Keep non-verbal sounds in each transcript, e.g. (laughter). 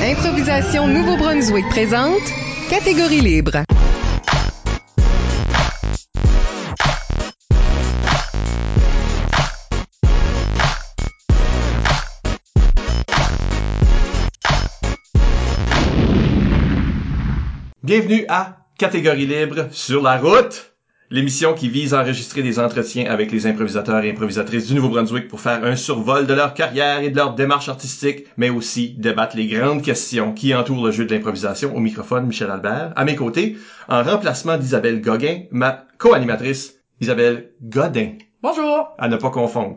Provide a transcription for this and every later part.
Improvisation Nouveau-Brunswick présente Catégorie libre. Bienvenue à Catégorie libre sur la route, l'émission qui vise à enregistrer des entretiens avec les improvisateurs et improvisatrices du Nouveau-Brunswick pour faire un survol de leur carrière et de leur démarche artistique, mais aussi débattre les grandes questions qui entourent le jeu de l'improvisation. Au microphone, Michel Albert, à mes côtés, en remplacement d'Isabelle Gauguin, ma co-animatrice, Isabelle Godin Bonjour! à ne pas confondre.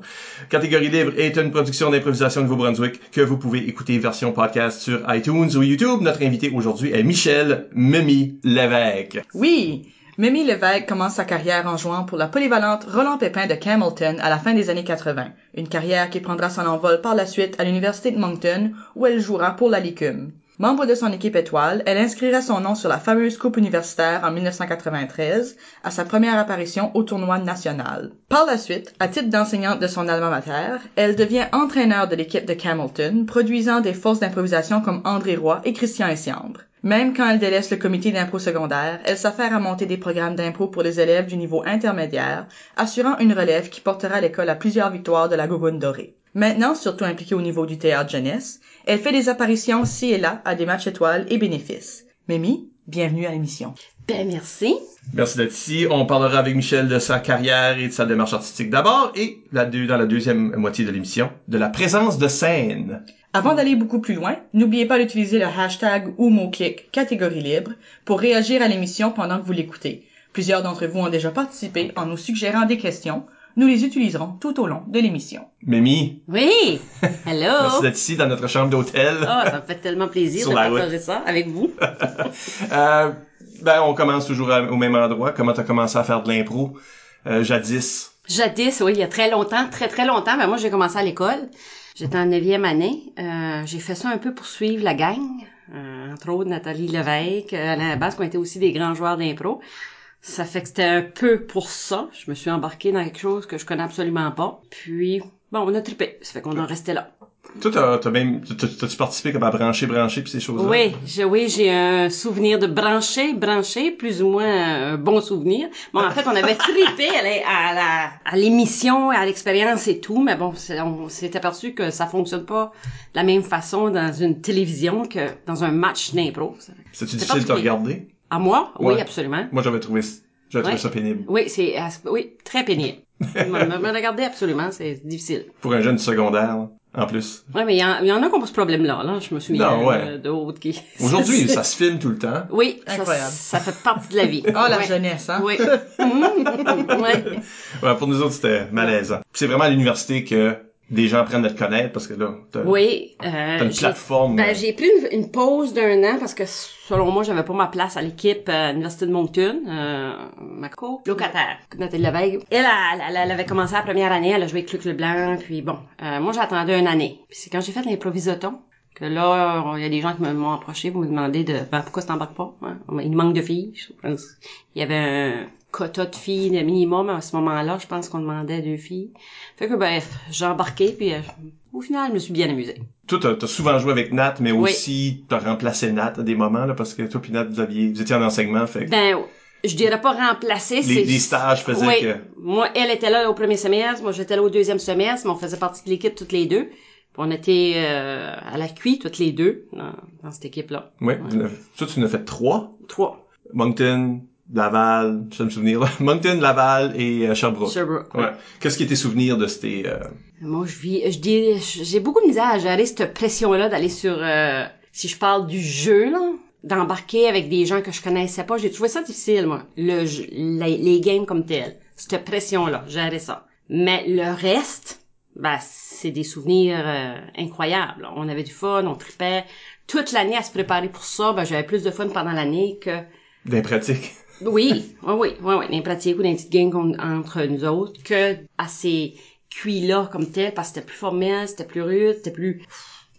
Catégorie Libre est une production d'improvisation Nouveau-Brunswick que vous pouvez écouter version podcast sur iTunes ou YouTube. Notre invité aujourd'hui est Michel Mimi Lévesque. Oui! Mimi Lévesque commence sa carrière en jouant pour la polyvalente Roland Pépin de Camelton à la fin des années 80. Une carrière qui prendra son envol par la suite à l'Université de Moncton où elle jouera pour la Licume. Membre de son équipe étoile, elle inscrira son nom sur la fameuse Coupe universitaire en 1993 à sa première apparition au tournoi national. Par la suite, à titre d'enseignante de son alma mater, elle devient entraîneur de l'équipe de Camelton, produisant des forces d'improvisation comme André Roy et Christian Essiambre. Même quand elle délaisse le comité d'impro secondaire, elle s'affaire à monter des programmes d'impro pour les élèves du niveau intermédiaire, assurant une relève qui portera l'école à plusieurs victoires de la Gogoune dorée. Maintenant, surtout impliquée au niveau du théâtre jeunesse, elle fait des apparitions ci et là à des matchs étoiles et bénéfices. Mimi, bienvenue à l'émission. Ben merci. Merci d'être ici. On parlera avec Michel de sa carrière et de sa démarche artistique d'abord et la deux- dans la deuxième moitié de l'émission de la présence de scène. Avant d'aller beaucoup plus loin, n'oubliez pas d'utiliser le hashtag ou mot-clic catégorie libre pour réagir à l'émission pendant que vous l'écoutez. Plusieurs d'entre vous ont déjà participé en nous suggérant des questions. Nous les utiliserons tout au long de l'émission. Mimi, Oui. Hello. (laughs) merci d'être ici dans notre chambre d'hôtel. Oh, ça me fait tellement plaisir Sur de la route. partager ça avec vous. Euh, ben, on commence toujours à- au même endroit. Comment t'as commencé à faire de l'impro? Euh, jadis. Jadis, oui, il y a très longtemps, très très longtemps, ben moi j'ai commencé à l'école. J'étais en neuvième année. Euh, j'ai fait ça un peu pour suivre la gang. Euh, entre autres, Nathalie Lévesque, euh, Alain Basque, on était aussi des grands joueurs d'impro. Ça fait que c'était un peu pour ça. Je me suis embarquée dans quelque chose que je connais absolument pas. Puis, bon, on a trippé. Ça fait qu'on en restait là. Toi, t'as, t'as même, t'as, tu participé comme à brancher, brancher pis ces choses-là? Oui, je, oui, j'ai un souvenir de branché, branché, plus ou moins un bon souvenir. Bon, en fait, on avait trippé à la- à la- à l'émission, à l'expérience et tout, mais bon, c'est- on s'est aperçu que ça fonctionne pas de la même façon dans une télévision que dans un match d'impro. C'était-tu C'est difficile de te particulier. regarder? À moi? Ouais. Oui, absolument. Moi, j'avais trouvé, c- j'avais trouvé Ouais. ça pénible. Oui, c'est, à ce- oui, très pénible. me, me- me regarder, absolument, c'est difficile. Pour un jeune secondaire, là, en plus. Oui, mais il y, en- il y en a qui ont pas ce problème-là, là. Je me souviens Non, ouais. euh, d'autres qui... (laughs) Aujourd'hui, ça se filme tout le temps. Oui, ça- Incroyable. Ça, fait partie de la vie. Ah, la Ouais. jeunesse, hein? Oui. Mm. Ouais. Ouais, pour nous autres, c'était malaisant. Pis c'est vraiment à l'université que des gens prennent à te connaître parce que là, t'as, Oui. euh, t'as une j'ai- plateforme. euh, Ben, j'ai pris une, une pause d'un an parce que selon moi, j'avais pas ma place à l'équipe euh, à l'Université de Moncton, euh, ma co-locataire, Nathalie Lévesque. Elle, elle, elle- elle avait commencé la première année, elle a joué avec Luc Leblanc, puis bon, euh, moi j'attendais une année. Puis c'est quand j'ai fait l'improvisaton que là, on- il y a des gens qui me- m'ont approché pour me demander de ben, pourquoi tu t'embarques pas? hein? Il manque de filles, je pense. Il y avait un quota de filles de minimum à ce moment-là, je pense qu'on demandait deux filles. Fait que ben, j'ai embarqué, puis euh, au final, je me suis bien amusée. Toi, t'as, t'as souvent joué avec Nat, mais Oui. aussi t'as remplacé Nat à des moments, là, parce que toi pis Nat, vous aviez, vous étiez en enseignement, fait que Ben, je dirais pas remplacer. les, les stages faisaient oui. que... Moi, elle était là au premier semestre, moi j'étais là au deuxième semestre, mais on faisait partie de l'équipe toutes les deux. Puis on était euh, à la cuit toutes les deux dans, dans cette équipe-là. Ouais. vous en avez- Toi, tu en as fait trois? Trois. Moncton, Laval, je me souvenir là. (laughs) Moncton, Laval et euh, Sherbrooke. Sherbrooke. Ouais. Qu'est-ce qui est tes souvenirs de ces... euh, Moi, je vis, je dis, j'ai beaucoup de misère à gérer cette pression-là d'aller sur, euh, si je parle du jeu, là, d'embarquer avec des gens que je connaissais pas. J'ai trouvé ça difficile, moi. Le, jeu- les, les games comme tels. Cette pression-là, gérer ça. Mais le reste, bah, c'est des souvenirs euh, incroyables. On avait du fun, on tripait. Toute l'année à se préparer pour ça, ben, j'avais plus de fun pendant l'année que des pratiques? (laughs) oui, oui, oui, oui, oui. Dans les pratiques ou dans les petites gangs qu'on- entre nous autres que à ces cuits-là comme tel, parce que c'était plus formel, c'était plus rude, c'était plus...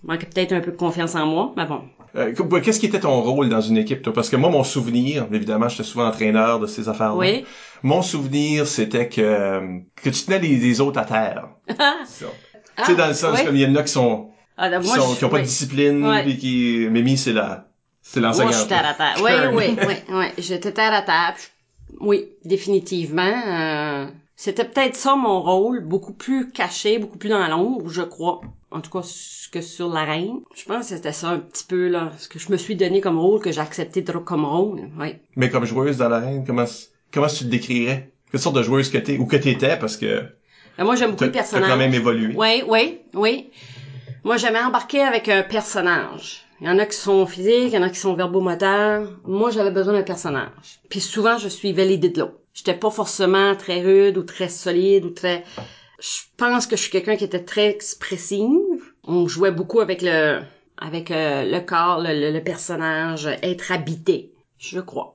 Je manquais peut-être un peu de confiance en moi, mais bon. Euh, qu- Qu'est-ce qui était ton rôle dans une équipe, toi? Parce que moi, mon souvenir, évidemment, j'étais souvent entraîneur de ces affaires-là. Oui. Mon souvenir, c'était que, (laughs) euh, que tu tenais les, les autres à terre. Ça. Tu sais, dans le sens, Ah. oui. comme il y en a qui sont Ah, donc qui moi, sont- je- qui ont pas oui. de discipline, Ouais. puis qui, Mimi, c'est la, c'est Moi, je l'enseignante. suis terre à terre. Oui, Karen. oui, oui, oui. J'étais terre à terre. puis je- Oui, définitivement. euh, C'était peut-être ça mon rôle, beaucoup plus caché, beaucoup plus dans l'ombre, je crois. En tout cas, ce que sur l'arène. Je pense que c'était ça un petit peu, là, ce que je me suis donné comme rôle, que j'ai accepté de- comme rôle. Oui. Mais comme joueuse dans l'arène, comment, s- comment tu te décrirais? Quelle sorte de joueuse que t'es, ou que t'étais, parce que Mais Ah, moi, j'aime beaucoup t'as le t'as personnage. quand même évolué. Oui, oui, oui. Moi, j'aimais embarquer avec un personnage. Il y en a qui sont physiques, il y en a qui sont verbomoteurs. Moi, j'avais besoin d'un personnage. Puis souvent, je suivais l'idée de l'autre. J'étais pas forcément très rude ou très solide ou très... Je pense que je suis quelqu'un qui était très expressive. On jouait beaucoup avec le avec euh, le corps, le, le- le personnage, euh, être habité, je crois.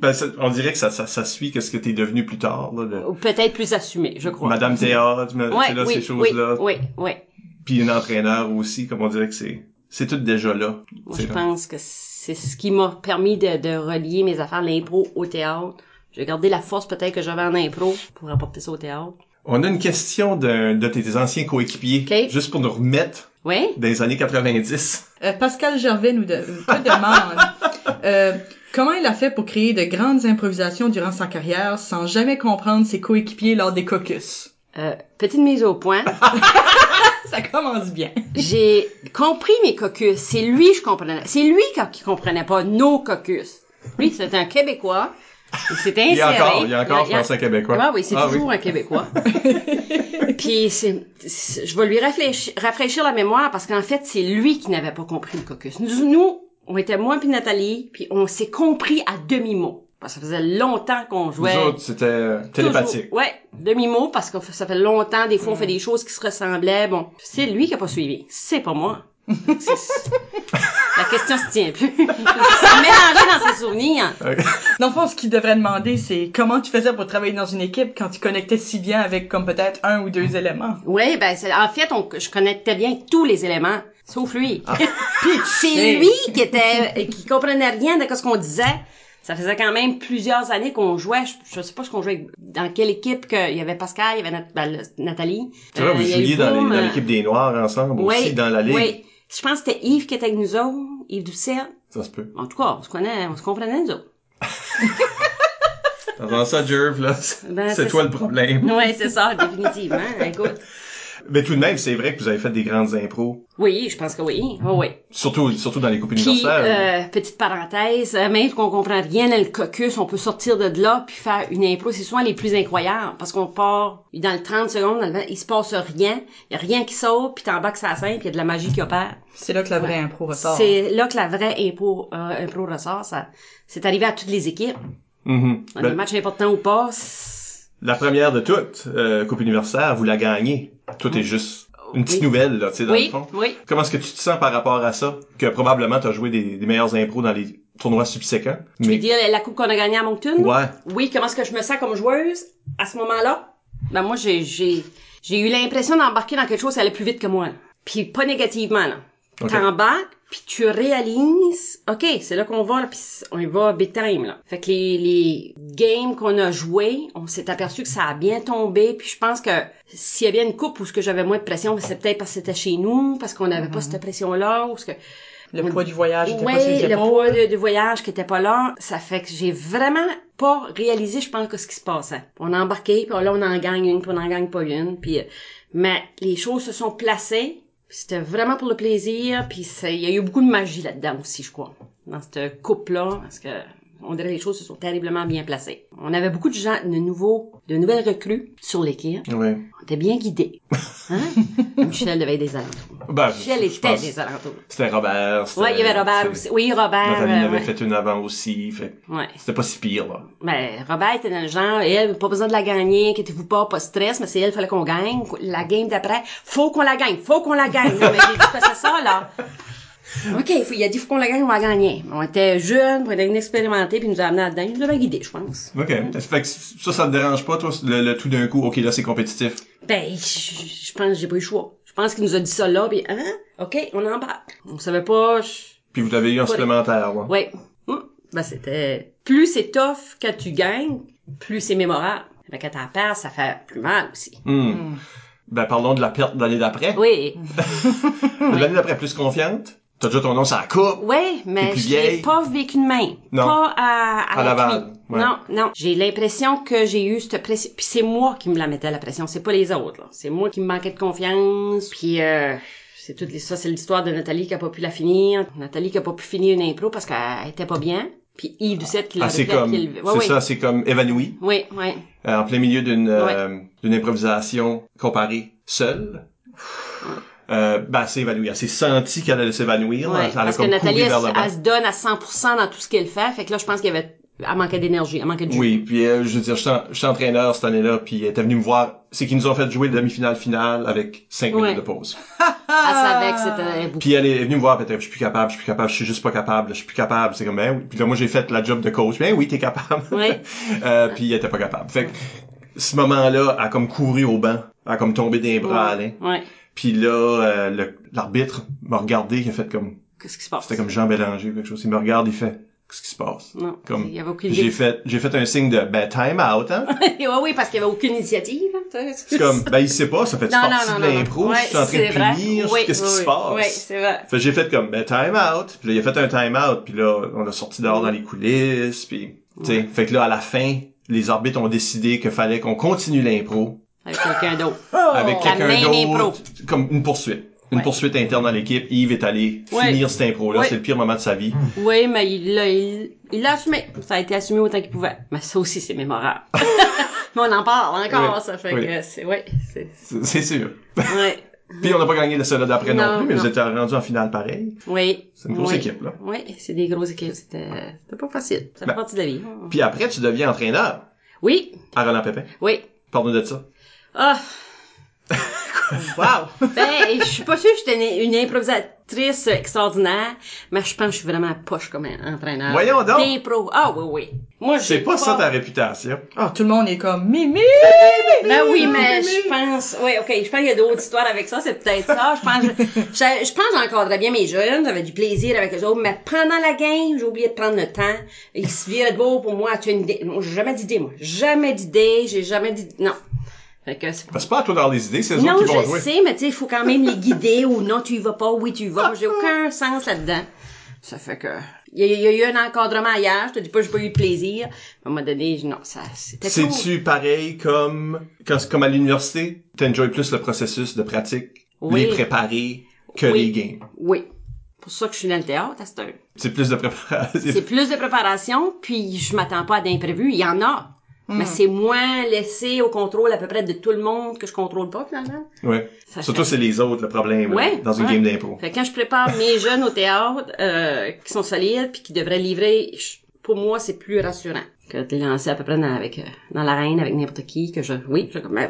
Ben, ça- on dirait que ça, ça, ça suit que ce que t'es devenu plus tard, là, le- Ou peut-être plus assumé, je crois. Madame Théâtre, me- tu sais, ouais, là, oui, ces choses-là. Oui, oui, oui. Puis une entraîneur aussi, comme on dirait que c'est, c'est tout déjà là. Moi, C'est je comme- pense que c'est ce qui m'a permis de, de relier mes affaires d'impro au théâtre. J'ai gardé la force peut-être que j'avais en impro pour apporter ça au théâtre. On a une question d'un- de tes anciens coéquipiers, Ok. juste pour nous remettre Oui? des années 90. Euh, Pascal Gervais nous de- te demande euh, comment il a fait pour créer de grandes improvisations durant sa carrière sans jamais comprendre ses coéquipiers lors des caucus. (laughs) Euh, petite mise au point. (laughs) Ça commence bien. J'ai compris mes caucus. C'est lui que je comprenais. C'est lui qui- qui comprenait pas nos caucus. Lui, c'est un Québécois. Il s'est inséré. Il y a encore, il y a encore, je pense, un Québécois. Ah oui, c'est Ah toujours un Québécois. (laughs) Puis c'est, c'est- je vais lui rafraîchir, rafraîchir la mémoire parce qu'en fait, c'est lui qui n'avait pas compris le caucus. Nous, nous, on était moi puis Nathalie, puis on s'est compris à demi-mot. Parce que ça faisait longtemps qu'on Nous jouait. autres, c'était euh, (laughs) télépathique. Toujours. Ouais, demi-mot parce que ça fait longtemps, des fois, Mm. on fait des choses qui se ressemblaient. Bon, c'est lui qui a pas suivi. C'est pas moi. (laughs) C'est- la question se tient plus. (laughs) C'est mélangé dans ses souvenirs. Dans le fond, ce qu'il devrait demander, c'est comment tu faisais pour travailler dans une équipe quand tu connectais si bien avec comme peut-être un ou deux éléments. Oui, ben c'est- en fait, on, je connectais bien tous les éléments, sauf lui. Ah. (laughs) Puis c'est Hey. lui qui était, qui comprenait rien de ce qu'on disait. Ça faisait quand même plusieurs années qu'on jouait. Je, je sais pas ce qu'on jouait, avec- dans quelle équipe que il y avait Pascal, il y avait Nat- ben, le- Nathalie. C'est vrai, Euh, vous il y a eu jouiez dans Boom, les- dans euh, l'équipe des Noirs ensemble, oui, aussi dans la Ligue. Oui. Je pense que c'était Yves qui était avec nous autres, Yves Doucet. Ça se peut. En tout cas, on se connaît, on se comprenait nous autres. Avant ça, Jerv, là, c'est Ben, c'est c'est toi ça. le problème. Ouais, c'est ça, définitivement. (laughs) Écoute. Mais tout de même, c'est vrai que vous avez fait des grandes impros. Oui, je pense que oui. Oui, oui. Surtout, surtout dans les coupes Puis, universitaires. euh, petite parenthèse, euh, même qu'on comprend rien dans le caucus, on peut sortir de là puis faire une impro. C'est souvent les plus incroyables parce qu'on part dans le 30 secondes, dans le vingt, il se passe rien, il y a rien qui sort, puis t'embarques sur la scène, puis il y a de la magie qui opère. C'est là que la vraie impro ressort. C'est là que la vraie impro, euh, impro ressort. Ça, c'est arrivé à toutes les équipes. Mhm. Dans Ben, des matchs importants ou pas. c'est- la première de toutes, euh, coupe universitaire, vous la gagnez. Tout est juste une petite Mm. Oh, Oui. nouvelle, là, tu sais, dans le Oui, fond. oui. Comment est-ce que tu te sens par rapport à ça? Que probablement t'as joué des, des meilleurs impros dans les tournois subséquents. Tu veux Mais dire la coupe qu'on a gagnée à Moncton? Ouais. Oui, comment est-ce que je me sens comme joueuse à ce moment-là? Ben moi, j'ai, j'ai, j'ai eu l'impression d'embarquer dans quelque chose qui allait plus vite que moi. là. Puis pas négativement, là. Ok. T'embarques, puis tu réalises, OK, c'est là qu'on va, là, puis on y va big time, là. Fait que les, les games qu'on a joués, on s'est aperçu que ça a bien tombé, puis je pense que s'il y avait une coupe où ce que j'avais moins de pression, c'est peut-être parce que c'était chez nous, parce qu'on n'avait pas cette pression-là, ou ce que... Le poids du voyage était pas sur les Oui, le épaules. poids de, de voyage qui était pas là, ça fait que j'ai vraiment pas réalisé, je pense, que ce qui se passait. On a embarqué, puis là, on en gagne une, puis on en gagne pas une, puis... euh, Mais les choses se sont placées, puis c'était vraiment pour le plaisir, puis ça- il y a eu beaucoup de magie là-dedans aussi, je crois, dans cette coupe-là, parce que... On dirait que les choses se sont terriblement bien placées. On avait beaucoup de gens, de nouveaux, de nouvelles recrues sur l'équipe. Ouais. On était bien guidés. Hein? Michel devait être des alentours. Ben, Michel je- je était pense- des alentours. C'était Robert. c'était- Ouais, il y avait Robert c'était- aussi. Oui, Robert. Nathalie en euh, avait ouais. fait une avant aussi. Fait Ouais. c'était pas si pire, là. Mais Robert était dans le genre, elle, pas besoin de la gagner, inquiétez-vous pas, pas de stress, mais c'est elle, fallait qu'on gagne. La game d'après, faut qu'on la gagne, faut qu'on la gagne. Non, mais j'ai dit, c'est pas ça, là. OK, il faut- il a dit, faut qu'on la gagne, on va la gagner. On était jeunes, on était inexpérimentés, puis il nous a amenés là-dedans. Il nous avait guidés, je pense. OK. Fait que ça, ça te dérange pas, toi, le, le tout d'un coup, OK, là, c'est compétitif. Ben, je- je je pense que j'ai pas eu le choix. Je pense qu'il nous a dit ça là, puis hein, OK, on embarque. On savait pas... je- Puis vous l'avez eu en Pas- supplémentaire, là. Ouais. Hum. Ben, c'était... Plus c'est tough quand tu gagnes, plus c'est mémorable. Mais quand t'en perds, ça fait plus mal aussi. Hmm. Ben, parlons de la perte de l'année d'après. Mm. Oui. L'année d'après, plus confiante. T'as déjà ton nom sur la coupe. Oui, T'es mais plus je l'ai vieille. pas vécu de main. Non. Pas à, à, À la Laval, clé. ouais. Non, non. J'ai l'impression que j'ai eu cette pression. Puis c'est moi qui me la mettais la pression, c'est pas les autres. là. C'est moi qui me manquais de confiance. Puis euh, c'est toute les- ça, c'est l'histoire de Nathalie qui a pas pu la finir. Nathalie qui a pas pu finir une impro parce qu'elle était pas bien. Puis Yves Ducette qui l'a Ah, c'est comme, Oui, c'est ça, c'est comme évanoui. Oui, oui. euh, en plein milieu d'une, euh, d'une improvisation comparée seule. Euh, ben, c'est évanoui. Elle s'est sentie qu'elle allait s'évanouir. Ouais, Elle- elle a parce que comme Nathalie, couru elle, vers le bas. elle se donne à 100% dans tout ce qu'elle fait. Fait que là, je pense qu'il y avait, elle manquait d'énergie, elle manquait de jus. Oui, puis euh, je veux dire, je suis entraîneur cette année-là, puis elle était venue me voir. C'est qu'ils nous ont fait jouer le demi-finale finale avec cinq Ouais. minutes de pause. Elle savait que c'était un bout. Puis elle est venue me voir, puis elle était, je suis plus capable, je suis plus capable, je suis juste pas capable, je suis plus capable. C'est comme, ben oui. Puis là, moi, j'ai fait la job de coach. Ben oui, t'es capable. Ouais. (laughs) Euh, puis elle était pas capable. Fait que, ce moment-là, elle a comme couru au banc, elle a comme tombé des bras, Alain. Ouais. Puis là, euh, le- l'arbitre m'a regardé, il a fait comme, Qu'est-ce qui se passe? c'était comme Jean Bélanger ou quelque chose. Il me regarde, il fait, qu'est-ce qui se passe? Non. Comme, il y avait aucune J'ai (laughs) idée. fait, j'ai fait un signe de, ben, time out, hein? oui, oui, parce qu'il y avait aucune initiative. hein, tu sais. C'est comme, ben, il sait pas, ça fait Non, non, partie non, de non, non. l'impro, Ouais, je suis en train c'est vrai. de punir, Oui, qu'est-ce oui, qui se oui. passe? Oui, c'est vrai. Fait que j'ai fait comme, ben, time out. Puis là, il a fait un time out, puis là, on l'a sorti dehors dans les coulisses, puis, tu sais. Fait que là, à la fin, les arbitres ont décidé que fallait qu'on continue l'impro Avec quelqu'un d'autre. avec Oh, La quelqu'un même d'autre. Comme une poursuite. Une Ouais. poursuite interne dans l'équipe. Yves est allé Ouais. finir cette impro-là. Ouais. C'est le pire moment de sa vie. Oui, mais il l'a, il, il l'a assumé. Ça a été assumé autant qu'il pouvait. Mais ça aussi, c'est (laughs) mémorable. mais on en parle encore, Oui, ça fait oui. que c'est, ouais, c'est, C'est c'est sûr. ouais. (laughs) Puis on n'a pas gagné le seul d'après non, Non, plus, mais non. vous êtes rendu en finale pareil. Oui. C'est une grosse Oui. équipe, là. Oui, c'est des grosses équipes. C'était, c'était pas facile. Ça fait Ben- partie de la vie. Puis après, tu deviens entraîneur Oui, à Roland Pépin. oui. Parle-nous de ça. Ah! Wow! Ben, je suis pas sûre que j'étais une, une improvisatrice extraordinaire, mais je pense que je suis vraiment poche comme un entraîneur. Voyons donc. D'impro. Ah oui, oui. Moi, j'ai C'est pas ça ta réputation. Ah, tout le monde est comme Mimi! Ben oui, mais je pense... Oui, OK, je pense qu'il y a d'autres histoires avec ça, c'est peut-être ça. Je pense que je, je, je pense que j'encadrais bien mes jeunes, j'avais du plaisir avec eux autres, mais pendant la game, j'ai oublié de prendre le temps. Ils se viraient de beau pour moi. Tu as une idée? Non, j'ai jamais d'idée, moi. Jamais d'idée, j'ai jamais d'idée. Non. Fait que c'est Ben, c'est pas à toi d'avoir les idées, c'est eux Non, autres qui je vont le jouer. sais, mais tu sais, il faut quand même les guider ou non, tu y vas pas, oui, tu y vas. J'ai aucun sens là-dedans. Ça fait que... Il y, a- il y a eu un encadrement hier, je te dis pas, j'ai pas eu de plaisir. À un moment donné, je- non, ça, c'était trop... C'est-tu pareil comme, quand, comme à l'université? T'enjoy plus le processus de pratique, Oui. les préparer que Oui. les games. Oui. Pour ça que je suis dans le théâtre, à cette heure. C'est plus de préparation. C'est plus de préparation, puis je m'attends pas à d'imprévus. Il y en a. Mais c'est moins laissé au contrôle à peu près de tout le monde que je contrôle pas, finalement. (laughs) Ouais. Ça Surtout, fait- c'est les autres, le problème, là, Ouais, dans une ouais. game d'impro. Fait que quand je prépare (laughs) mes jeunes au théâtre, euh, qui sont solides puis qui devraient livrer, je- pour moi, c'est plus rassurant que de les lancer à peu près dans, avec, euh, dans l'arène avec n'importe qui, que je, oui, je, mais-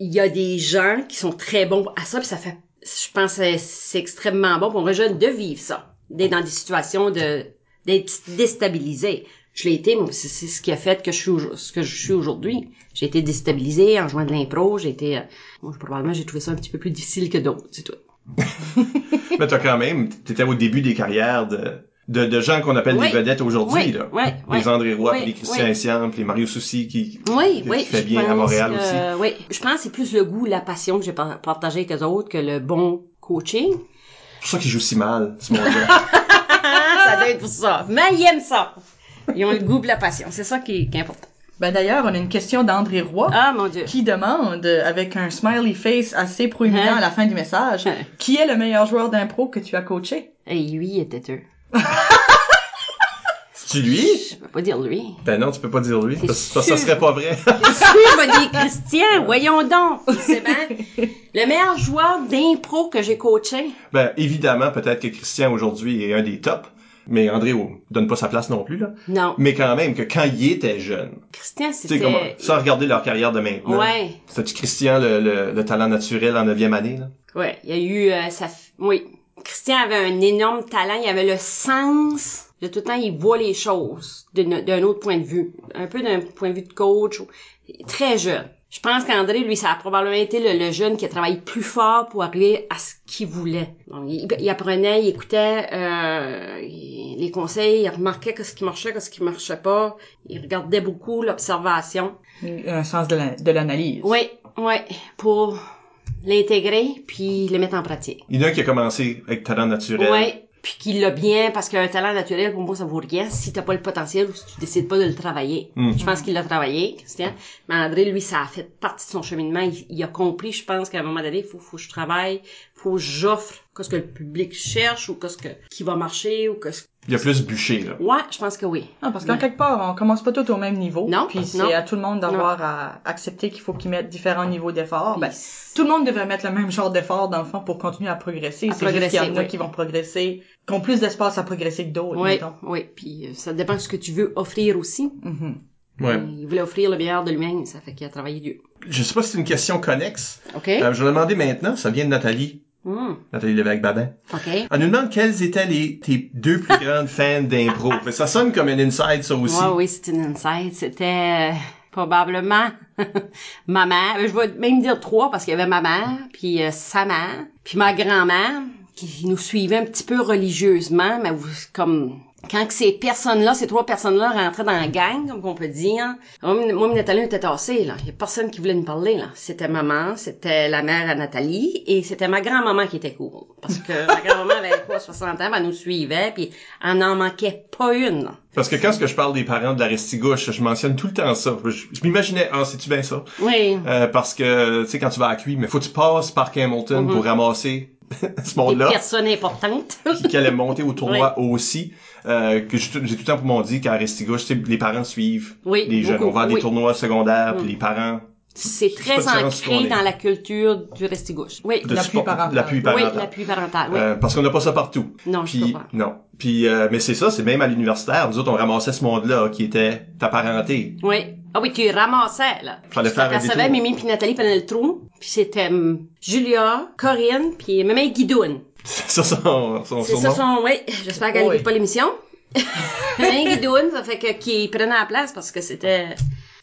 il y a des gens qui sont très bons à ça puis ça fait, je pense, que c'est extrêmement bon pour un jeune de vivre ça, d'être dans des situations de, d'être déstabilisé. Je l'ai été, moi, c'est c'est ce qui a fait que je suis, au- ce que je suis aujourd'hui. J'ai été déstabilisée en jouant de l'impro, j'ai été, euh, moi, probablement, j'ai trouvé ça un petit peu plus difficile que d'autres, c'est tout. Mais t'as quand même, t'étais au début des carrières de, de, de gens qu'on appelle Oui. des vedettes aujourd'hui, Oui, là. oui, oui. Les André Roy, Oui, puis les Christian oui. Siam, puis les Mario Souci qui, Oui, qui oui. fait je bien à pense Montréal que- aussi. Oui, je pense que c'est plus le goût, la passion que j'ai par- partagé avec eux autres que le bon coaching. C'est pour ça qu'ils jouent si mal, ce monde-là. (laughs) Ah, ça doit être pour ça. Mais ils aiment ça. Ils ont le goût de la passion. C'est ça qui, qui est important. Ben d'ailleurs, on a une question d'André Roy. Ah, mon Dieu. qui demande, euh, avec un smiley face assez proéminent Hein? à la fin du message, Hein? qui est le meilleur joueur d'impro que tu as coaché? Et lui, il était eux. tu lui? Je peux pas dire (laughs) lui. Ben non, tu peux pas dire lui, C'est parce parce que ça sûr. serait pas vrai. Je m'a dit Christian, voyons donc. (laughs) C'est bien. Le meilleur joueur d'impro que j'ai coaché. Ben, évidemment, peut-être que Christian aujourd'hui est un des tops, mais André oh, donne pas sa place non plus, là. Non. Mais quand même, que quand il était jeune, Christian, tu sais, comme, c'était... sans regarder leur carrière de maintenant. Ouais. C'était-tu Christian, le, le- le talent naturel en neuvième année, là? Ouais, il y a eu euh, ça f- oui. Christian avait un énorme talent, il avait le sens de tout le temps il voit les choses d'une- d'un autre point de vue, un peu d'un point de vue de coach, ou- très jeune. Je pense qu'André, lui, ça a probablement été le, le jeune qui a travaillé plus fort pour arriver à ce qu'il voulait. Donc, il, il apprenait, il écoutait euh, il- les conseils, il remarquait que ce qui marchait, que ce qui marchait pas. Il regardait beaucoup l'observation. Un sens de la- de l'analyse. Oui, Ouais, pour l'intégrer puis le mettre en pratique. Il y en a un qui a commencé avec talent naturel. Ouais, puis qu'il l'a bien parce qu'un talent naturel pour moi ça vaut rien si t'as pas le potentiel ou si tu décides pas de le travailler. Mm. Je pense qu'il l'a travaillé, Christian. Mais André lui ça a fait partie de son cheminement, il, il a compris, je pense qu'à un moment donné, il faut faut que je travaille, faut que j'offre qu'est-ce que le public cherche ou qu'est-ce que qui va marcher ou qu'est-ce Il a plus bûché, là. Ouais, je pense que oui. Non, parce qu'en quelque part, on commence pas tous au même niveau. Non, Puis non. c'est à tout le monde d'avoir à accepter qu'il faut qu'ils mettent différents niveaux d'efforts. Ben, tout le monde devrait mettre le même genre d'effort dans le fond pour continuer à progresser. À C'est juste qu'il y en a progresser, oui. qui vont progresser, qui ont plus d'espace à progresser que d'autres, Oui, mettons. oui, puis euh, ça dépend de ce que tu veux offrir aussi. Mhm. Ouais. Il voulait offrir le meilleur de lui-même, ça fait qu'il a travaillé dur. Je sais pas si c'est une question connexe. OK? Euh, je vais la demander maintenant. Ça vient de Nathalie. Mm. Nathalie Lévesque-Babin. OK. On nous demande quelles étaient les, tes deux (laughs) plus grandes fans d'impro. Mais ça sonne comme un inside, ça aussi. Ouais, oui, c'est une inside. C'était euh, probablement (laughs) ma mère. Ben, Je vais même dire trois parce qu'il y avait ma mère, puis euh, sa mère, puis ma grand-mère qui nous suivait un petit peu religieusement, mais vous- comme quand que ces personnes-là, ces trois personnes-là rentraient dans la gang, comme on peut dire, moi, moi, Nathalie, on était tassés, là. Il y a personne qui voulait nous parler, là. C'était maman, c'était la mère à Nathalie, et c'était ma grand-maman qui était cool. Parce que ma grand-maman avait quoi, 60 ans, ben, elle nous suivait, puis elle n'en manquait pas une, là. Parce que quand ce que je parle des parents de la restigouche, je mentionne tout le temps ça. Je, je m'imaginais, ah, c'est-tu bien ça? Oui. Euh, parce que, tu sais, quand tu vas à Cui, mais faut que tu passes par Camelton pour ramasser (laughs) ce monde-là. Des personnes importantes. qui, qui allait monter au tournoi aussi. Euh, que j'ai tout j'ai tout le temps pour mon dit qu'à Restigouche, tu sais, les parents suivent Oui, les jeunes. beaucoup, on va à des oui. Mm. tournois secondaires, puis les parents... C'est pas très différent de ce qu'on ancré est. dans la culture du restigouche. Oui. de L'appui support- parental. L'appui Oui, parental. l'appui parental. Oui. Euh, parce qu'on n'a pas ça partout. Non, je Puis, comprends. non. Puis, euh, mais c'est ça, c'est même à l'universitaire, nous autres, on ramassait ce monde-là qui était ta parenté. (laughs) Oui. Ah oui, tu les ramassais, là. Fallait Tu faire un t'apercevais, détour. Mimi puis Nathalie prenaient le trou. Puis c'était hum, Julia, Corinne, puis même Guidoune. C'est ça son, son C'est surnom. ça son... Oui, j'espère qu'elle Oui. n'écoute pas l'émission. Même Guidoune, ça fait que qui prenaient la place parce que c'était...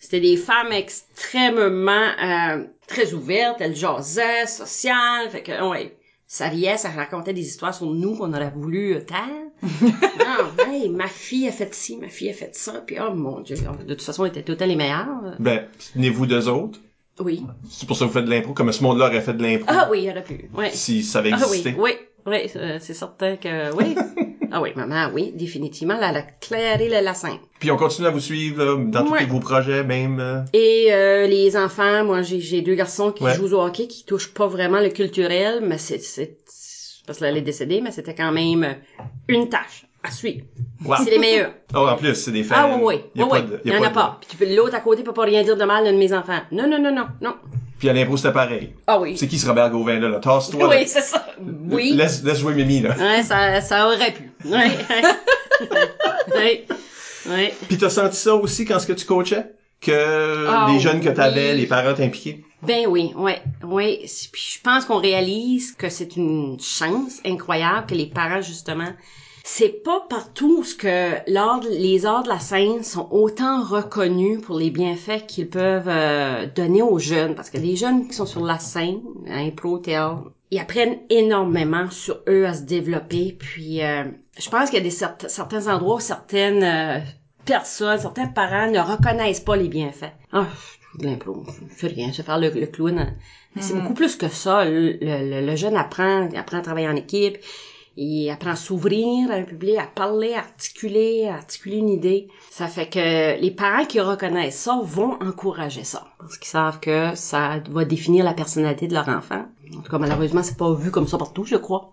C'était des femmes extrêmement euh, très ouvertes, elles jasaient, sociales, fait que ouais, ça riait, ça racontait des histoires sur nous qu'on aurait voulu euh, taire. non, hey, ma fille a fait ci, ma fille a fait ça, puis oh mon dieu, de toute façon, on était tout le temps les meilleurs. Ben, tenez-vous deux autres. Oui. C'est pour ça que vous faites de l'impro, comme ce monde-là aurait fait de l'impro. Ah oui, il aurait pu. Ouais. Si ça avait Ah oui, existé. oui, oui, euh, c'est certain que (laughs) oui. ah oui, maman, oui, définitivement, là, elle a clairé le lacin. Puis on continue à vous suivre là, dans Ouais. tous vos projets, même... euh, Et euh, les enfants, moi, j'ai j'ai deux garçons qui Ouais. jouent au hockey, qui touchent pas vraiment le culturel, mais c'est c'est- parce qu'elle est décédée, mais c'était quand même une tâche à suivre. wow. C'est les (laughs) meilleurs. Oh, en plus, c'est des fans. Ah oui, oui, Y a oui, pas oui. de- Il y en a de- pas. Puis tu peux- l'autre à côté peut pas rien dire de mal à un de mes enfants. Non, non, non, non, non. Puis à l'impro, c'était pareil. Ah oui. (laughs) C'est qui ce Robert Gauvin, là? là? Tasse-toi. là. Oui, c'est ça. Oui. Laisse, laisse jouer Mimi, (laughs) là. Ouais, ça, ça aurait pu. (laughs) Ouais. ouais. Ouais. Puis t'as senti ça aussi quand ce que tu coachais? Que Ah, les jeunes que t'avais, oui. les parents t'impliquaient? Ben oui, ouais, ouais. C'est- Puis je pense qu'on réalise que c'est une chance incroyable que les parents justement. C'est pas partout ce que l'art, les arts de la scène sont autant reconnus pour les bienfaits qu'ils peuvent euh, donner aux jeunes, parce que les jeunes qui sont sur la scène, à impro, théâtre, ils apprennent énormément sur eux à se développer. Puis euh, je pense qu'il y a des certes- certains endroits, où certaines euh, personnes, certains parents ne reconnaissent pas les bienfaits. Ah, je joue de l'impro, je fais rien, je vais faire le, le clown. hein. Mais C'est beaucoup plus que ça. Le, le- le jeune apprend, il apprend à travailler en équipe, il apprend à s'ouvrir à un public, à parler, à articuler, à articuler une idée. Ça fait que les parents qui reconnaissent ça vont encourager ça. Parce qu'ils savent que ça va définir la personnalité de leur enfant. En tout cas, malheureusement, c'est pas vu comme ça partout, je crois.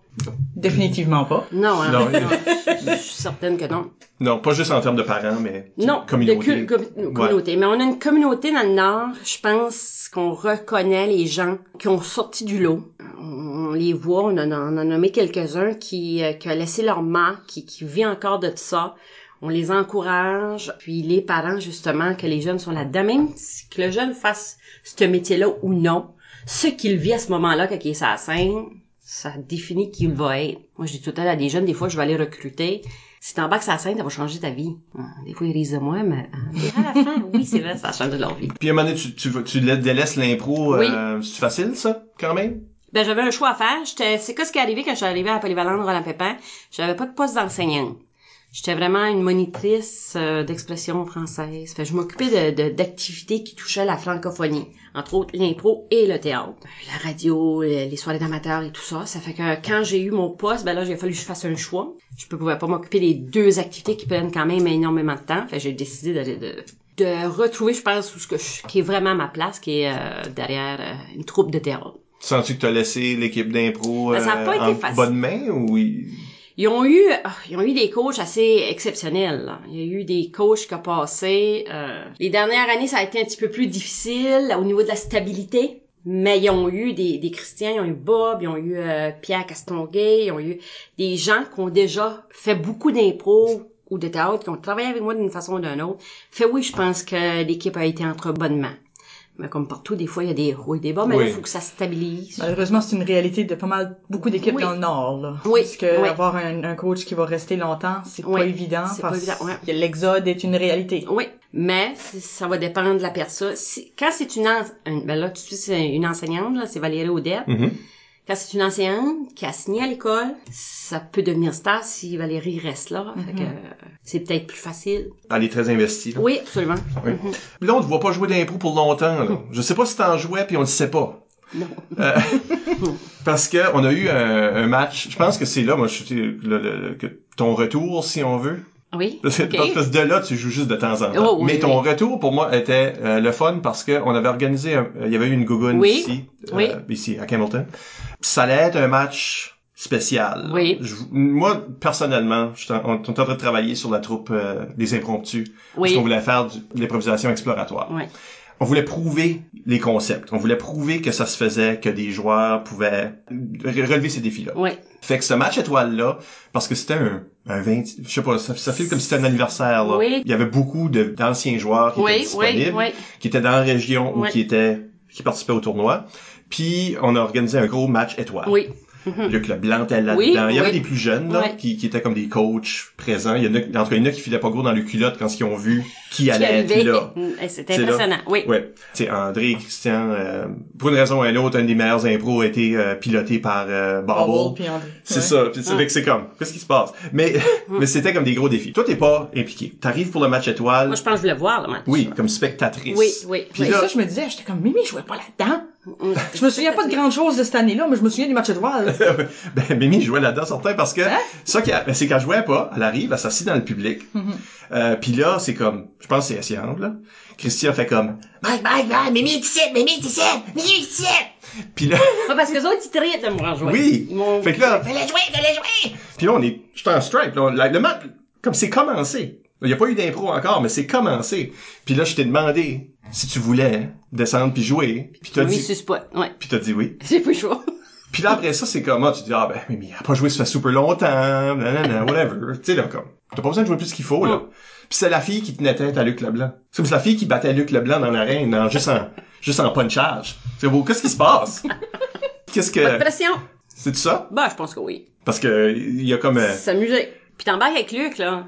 Définitivement pas. Non, hein? Non. (laughs) je suis certaine que non. Non, pas juste en termes de parents, mais Non, communauté. de cul- com- communauté. Mais on a une communauté dans le Nord, je pense qu'on reconnaît les gens qui ont sorti du lot. On on les voit, on en a, on en a nommé quelques-uns qui, euh, qui ont laissé leur marque, qui, qui vit encore de ça. On les encourage, puis les parents, justement, que les jeunes sont là-dedans, même si- que le jeune fasse ce métier-là ou non, ce qu'il vit à ce moment-là quand il est sur la scène, ça définit qui il va être. Moi, je dis tout le temps à des jeunes, des fois, je vais aller recruter. Si t'embarques sur la scène, ça va changer ta vie. Ah, Des fois, ils risent de moi, mais euh, à la fin, oui, c'est vrai, (laughs) ça a changé leur vie. Puis à un moment donné, tu, tu, tu la- délaisses l'impro. Oui. euh, c'est facile, ça, quand même? Ben, j'avais un choix à faire. J'étais, c'est quoi ce qui est arrivé quand je suis arrivée à Polyvalente Roland Pépin? J'avais pas de poste d'enseignante. J'étais vraiment une monitrice euh, d'expression française. Fait, que je m'occupais de, de- d'activités qui touchaient la francophonie, entre autres l'impro et le théâtre. Ben, La radio, le- les soirées d'amateurs et tout ça. Ça fait que quand j'ai eu mon poste, ben là, j'ai fallu que je fasse un choix. Je ne pouvais pas m'occuper des deux activités qui prennent quand même énormément de temps. Fait, que j'ai décidé d'aller de, de retrouver, je pense, où ce que je- qui est vraiment ma place, qui est euh, derrière euh, une troupe de théâtre. Sens-tu que t'as laissé l'équipe d'impro Ben, ça a euh, pas été en facile. bonne main ou il- Ils ont eu, ah, ils ont eu des coachs assez exceptionnels. là. Il y a eu des coachs qui ont passé. euh, les dernières années, ça a été un petit peu plus difficile au niveau de la stabilité. Mais ils ont eu des, des Christians, ils ont eu Bob, ils ont eu euh, Pierre Castonguay, ils ont eu des gens qui ont déjà fait beaucoup d'impro ou de théâtre, qui ont travaillé avec moi d'une façon ou d'une autre. Fait oui, je pense que l'équipe a été entre bonnes mains. Mais comme partout, des fois, il y a des hauts et des bas, mais là, Oui. il faut que ça se stabilise. Malheureusement, c'est une réalité de pas mal beaucoup d'équipes Oui. dans le Nord. Là. Oui, Parce que oui. avoir un, un coach qui va rester longtemps, c'est pas Oui, évident. c'est pas parce évident, ouais. que l'exode est une réalité. Oui, mais c- ça va dépendre de la personne. Si- quand c'est une, en- une- ben là tout de suite c'est une enseignante là, c'est Valérie Audette. Mhm. Quand c'est une enseignante qui a signé à l'école, ça peut devenir star si Valérie reste là. Fait Mm-hmm. que euh, c'est peut-être plus facile. Elle est très investie. Là. Oui, absolument. Oui. Puis là, on te voit pas jouer d'impro pour longtemps. Là. Je sais pas si t'en jouais, puis on le sait pas. Non. Euh, parce que on a eu un, un match. Je pense que c'est là, moi, je, le- le- que ton retour, si on veut. (laughs) Oui. Parce que- ok. Parce que de là, tu joues juste de temps en temps. Oh, oui, Mais ton oui. retour, pour moi, était euh, le fun parce que on avait organisé, un- il y avait eu une gougoune Oui, ici, euh, oui. ici à Campbellton. Ça allait être un match spécial. Oui. Je- moi, personnellement, je suis en- on, on est en train de travailler sur la troupe euh, des impromptus. Parce Oui. qu'on voulait faire du- de l'improvisation exploratoire. Oui. On voulait prouver les concepts. On voulait prouver que ça se faisait, que des joueurs pouvaient re- relever ces défis-là. Oui. Fait que ce match étoile-là, parce que c'était un, un 20, je sais pas, ça, ça file comme si c'était un anniversaire, là. Oui. Il y avait beaucoup de- d'anciens joueurs qui étaient Oui, oui, disponibles, oui. qui étaient dans la région ou Oui. qui étaient, qui participaient au tournoi. Puis, on a organisé un gros match étoile. Oui. (laughs) Luc Leblanc était là-dedans. Oui, il y avait oui. des plus jeunes, là, Oui. qui, qui étaient comme des coachs présents. Il y en a, en tout cas, il y en a qui filaient pas gros dans le culotte quand ils ont vu qui Qui allait arrivait. être là. Et C'était C'est là. Mm, eh, impressionnant. Oui. Ouais. Tu sais, André et Christian, euh, pour une raison ou une autre, un des meilleurs impros a été euh, piloté par euh, Bobble. Bubble, puis André. C'est Ouais. ça, puis c'est fait que c'est comme, qu'est-ce qui se passe? Mais, (laughs) mais c'était comme des gros défis. Toi, t'es pas impliqué. T'arrives pour le match étoile, Moi, je pense que je voulais voir le match. oui, comme spectatrice. Oui, oui, Puis oui. Et là, ça, je me disais, j'étais comme, Mimi jouait pas là-dedans. Mm. Je me souviens pas de grande chose de cette année-là, mais je me souviens du match de (laughs) Wall. ben, Mimi jouait là-dedans, certain, parce que, Hein? ça, qui a- ben, c'est qu'elle jouait pas, elle arrive, elle s'assit dans le public, euh, puis là, c'est comme, je pense que c'est assez angle, là. Christian fait comme, Mike, Mike, Mike, Mimi est ici, Mimi est ici, Mimi est ici! Puis (laughs) là, Pas parce que les autres, ils trient de me rejoindre. Oui. Ils m'ont- Fait que là, Fais-les jouer, fais-les jouer! Puis là, on est, j'étais en stripe. là. La- le match, comme c'est commencé. Il n'y a pas eu d'impro encore, mais c'est commencé. Puis là, je t'ai demandé si tu voulais descendre puis jouer. Puis t'as Oui, dit, Euh. sur spot. Ouais. (laughs) puis t'as dit oui. J'ai plus chaud. Puis là, après ça, c'est comme, ah, tu dis, ah ben, mais, mais elle a pas joué, ça fait super longtemps, nanana, whatever. tu sais, là, comme, t'as pas besoin de jouer plus qu'il faut, là. Puis c'est la fille qui tenait tête à Luc Leblanc. C'est comme si la fille qui battait Luc Leblanc dans l'arène, en, juste en, juste en punchage. C'est beau, qu'est-ce qui se (laughs) passe? Qu'est-ce Pas que, de pression. c'est ça? Bah, je pense que oui. Parce que, il y a comme, euh, S'amuser. Puis t'embarques avec Luc, là.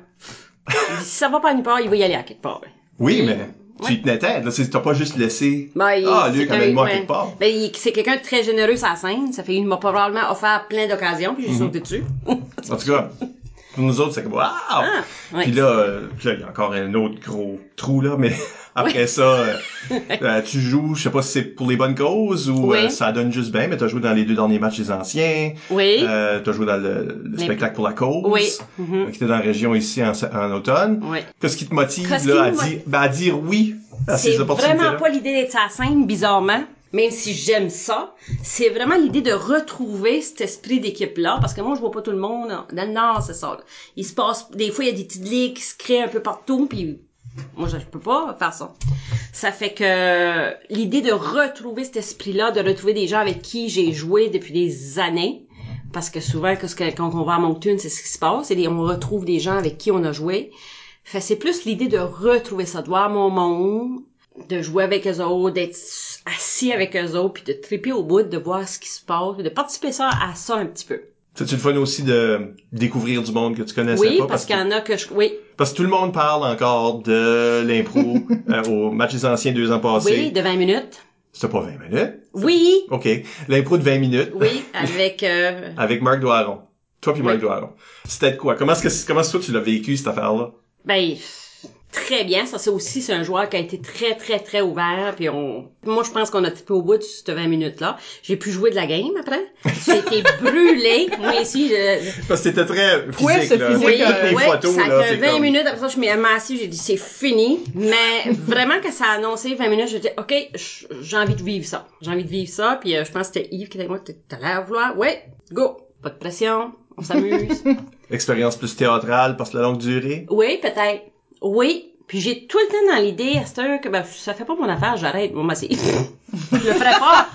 Il dit, si ça va pas nulle part, il va y aller à quelque part. Oui, mais tu y tenais tête. Là, C'est- t'as pas juste laissé. Bah, ah, Luc, amène-moi à quelque part. Ben, il- c'est quelqu'un de très généreux sur la scène. Ça fait qu'il m'a probablement offert plein d'occasions, puis j'ai Mhm. sauté dessus. En tout cas, pour nous autres, c'est comme, waouh! Ah, ouais. Puis là, euh, puis là, il y a encore un autre gros trou, là, mais (laughs) après ça, euh, (laughs) euh, tu joues, je sais pas si c'est pour les bonnes causes ou Oui. euh, ça donne juste bien, mais t'as joué dans les deux derniers matchs des anciens. Oui. Euh, t'as joué dans le, le spectacle pour la cause. Oui. euh, Qui était dans la région ici en, en automne. Oui. Qu'est-ce qui te motive, Qu'est-ce là, à, qui me dire, ben, à dire oui à c'est ces opportunités? vraiment pas l'idée d'être sur la scène, bizarrement. Même si j'aime ça, c'est vraiment l'idée de retrouver cet esprit d'équipe-là, parce que moi, je vois pas tout le monde. hein. Dans le Nord, c'est ça. là. Il se passe, des fois, il y a des petites ligues qui se créent un peu partout, puis moi, je je peux pas faire ça. Ça fait que l'idée de retrouver cet esprit-là, de retrouver des gens avec qui j'ai joué depuis des années, parce que souvent, que ce que- quand on va à Moncton, c'est ce qui se passe, et on retrouve des gens avec qui on a joué. Fait que c'est plus l'idée de retrouver ça, de voir mon monde, de jouer avec eux autres, d'être assis avec eux autres, puis de triper au bout, de voir ce qui se passe, de participer ça à ça un petit peu. C'est une fun aussi de découvrir du monde que tu connaissais Oui, pas. parce qu'il y en a que je... Oui, Parce que tout le monde parle encore de l'impro (laughs) euh, au match des anciens deux ans passés. oui, de 20 minutes. C'était pas 20 minutes. Oui, OK. L'impro de 20 minutes oui, avec... euh, avec Marc Doiron. Toi puis Mike Oui. Doyle. C'était de quoi? Comment est-ce que, comment est-ce que toi tu l'as vécu, cette affaire-là? Ben, très bien. Ça, c'est aussi, c'est un joueur qui a été très, très, très ouvert. Puis on, moi, je pense qu'on a typé au bout de cette 20 minutes-là. J'ai pu jouer de la game après. (laughs) J'ai été brûlée. Moi, ici, je, Parce que c'était très physique, Ouais, c'est là. physique, Toutes euh, les ouais, photos, ça là, fait c'est 20 comme- minutes, après ça, je m'ai amassée, j'ai dit, c'est fini. Mais vraiment, que ça a annoncé 20 minutes, j'ai dit, OK, j- j'ai envie de vivre ça. J'ai envie de vivre ça, puis euh, je pense que c'était Yves qui était avec moi, t'as l'air à vouloir. Ouais, go! Pas de pression, on s'amuse. Expérience plus théâtrale parce que la longue durée. oui, peut-être. Oui. Puis j'ai tout le temps dans l'idée, à cette heure, que ben, ça fait pas mon affaire, j'arrête. Bon, ben, (laughs) c'est... je le ferai pas.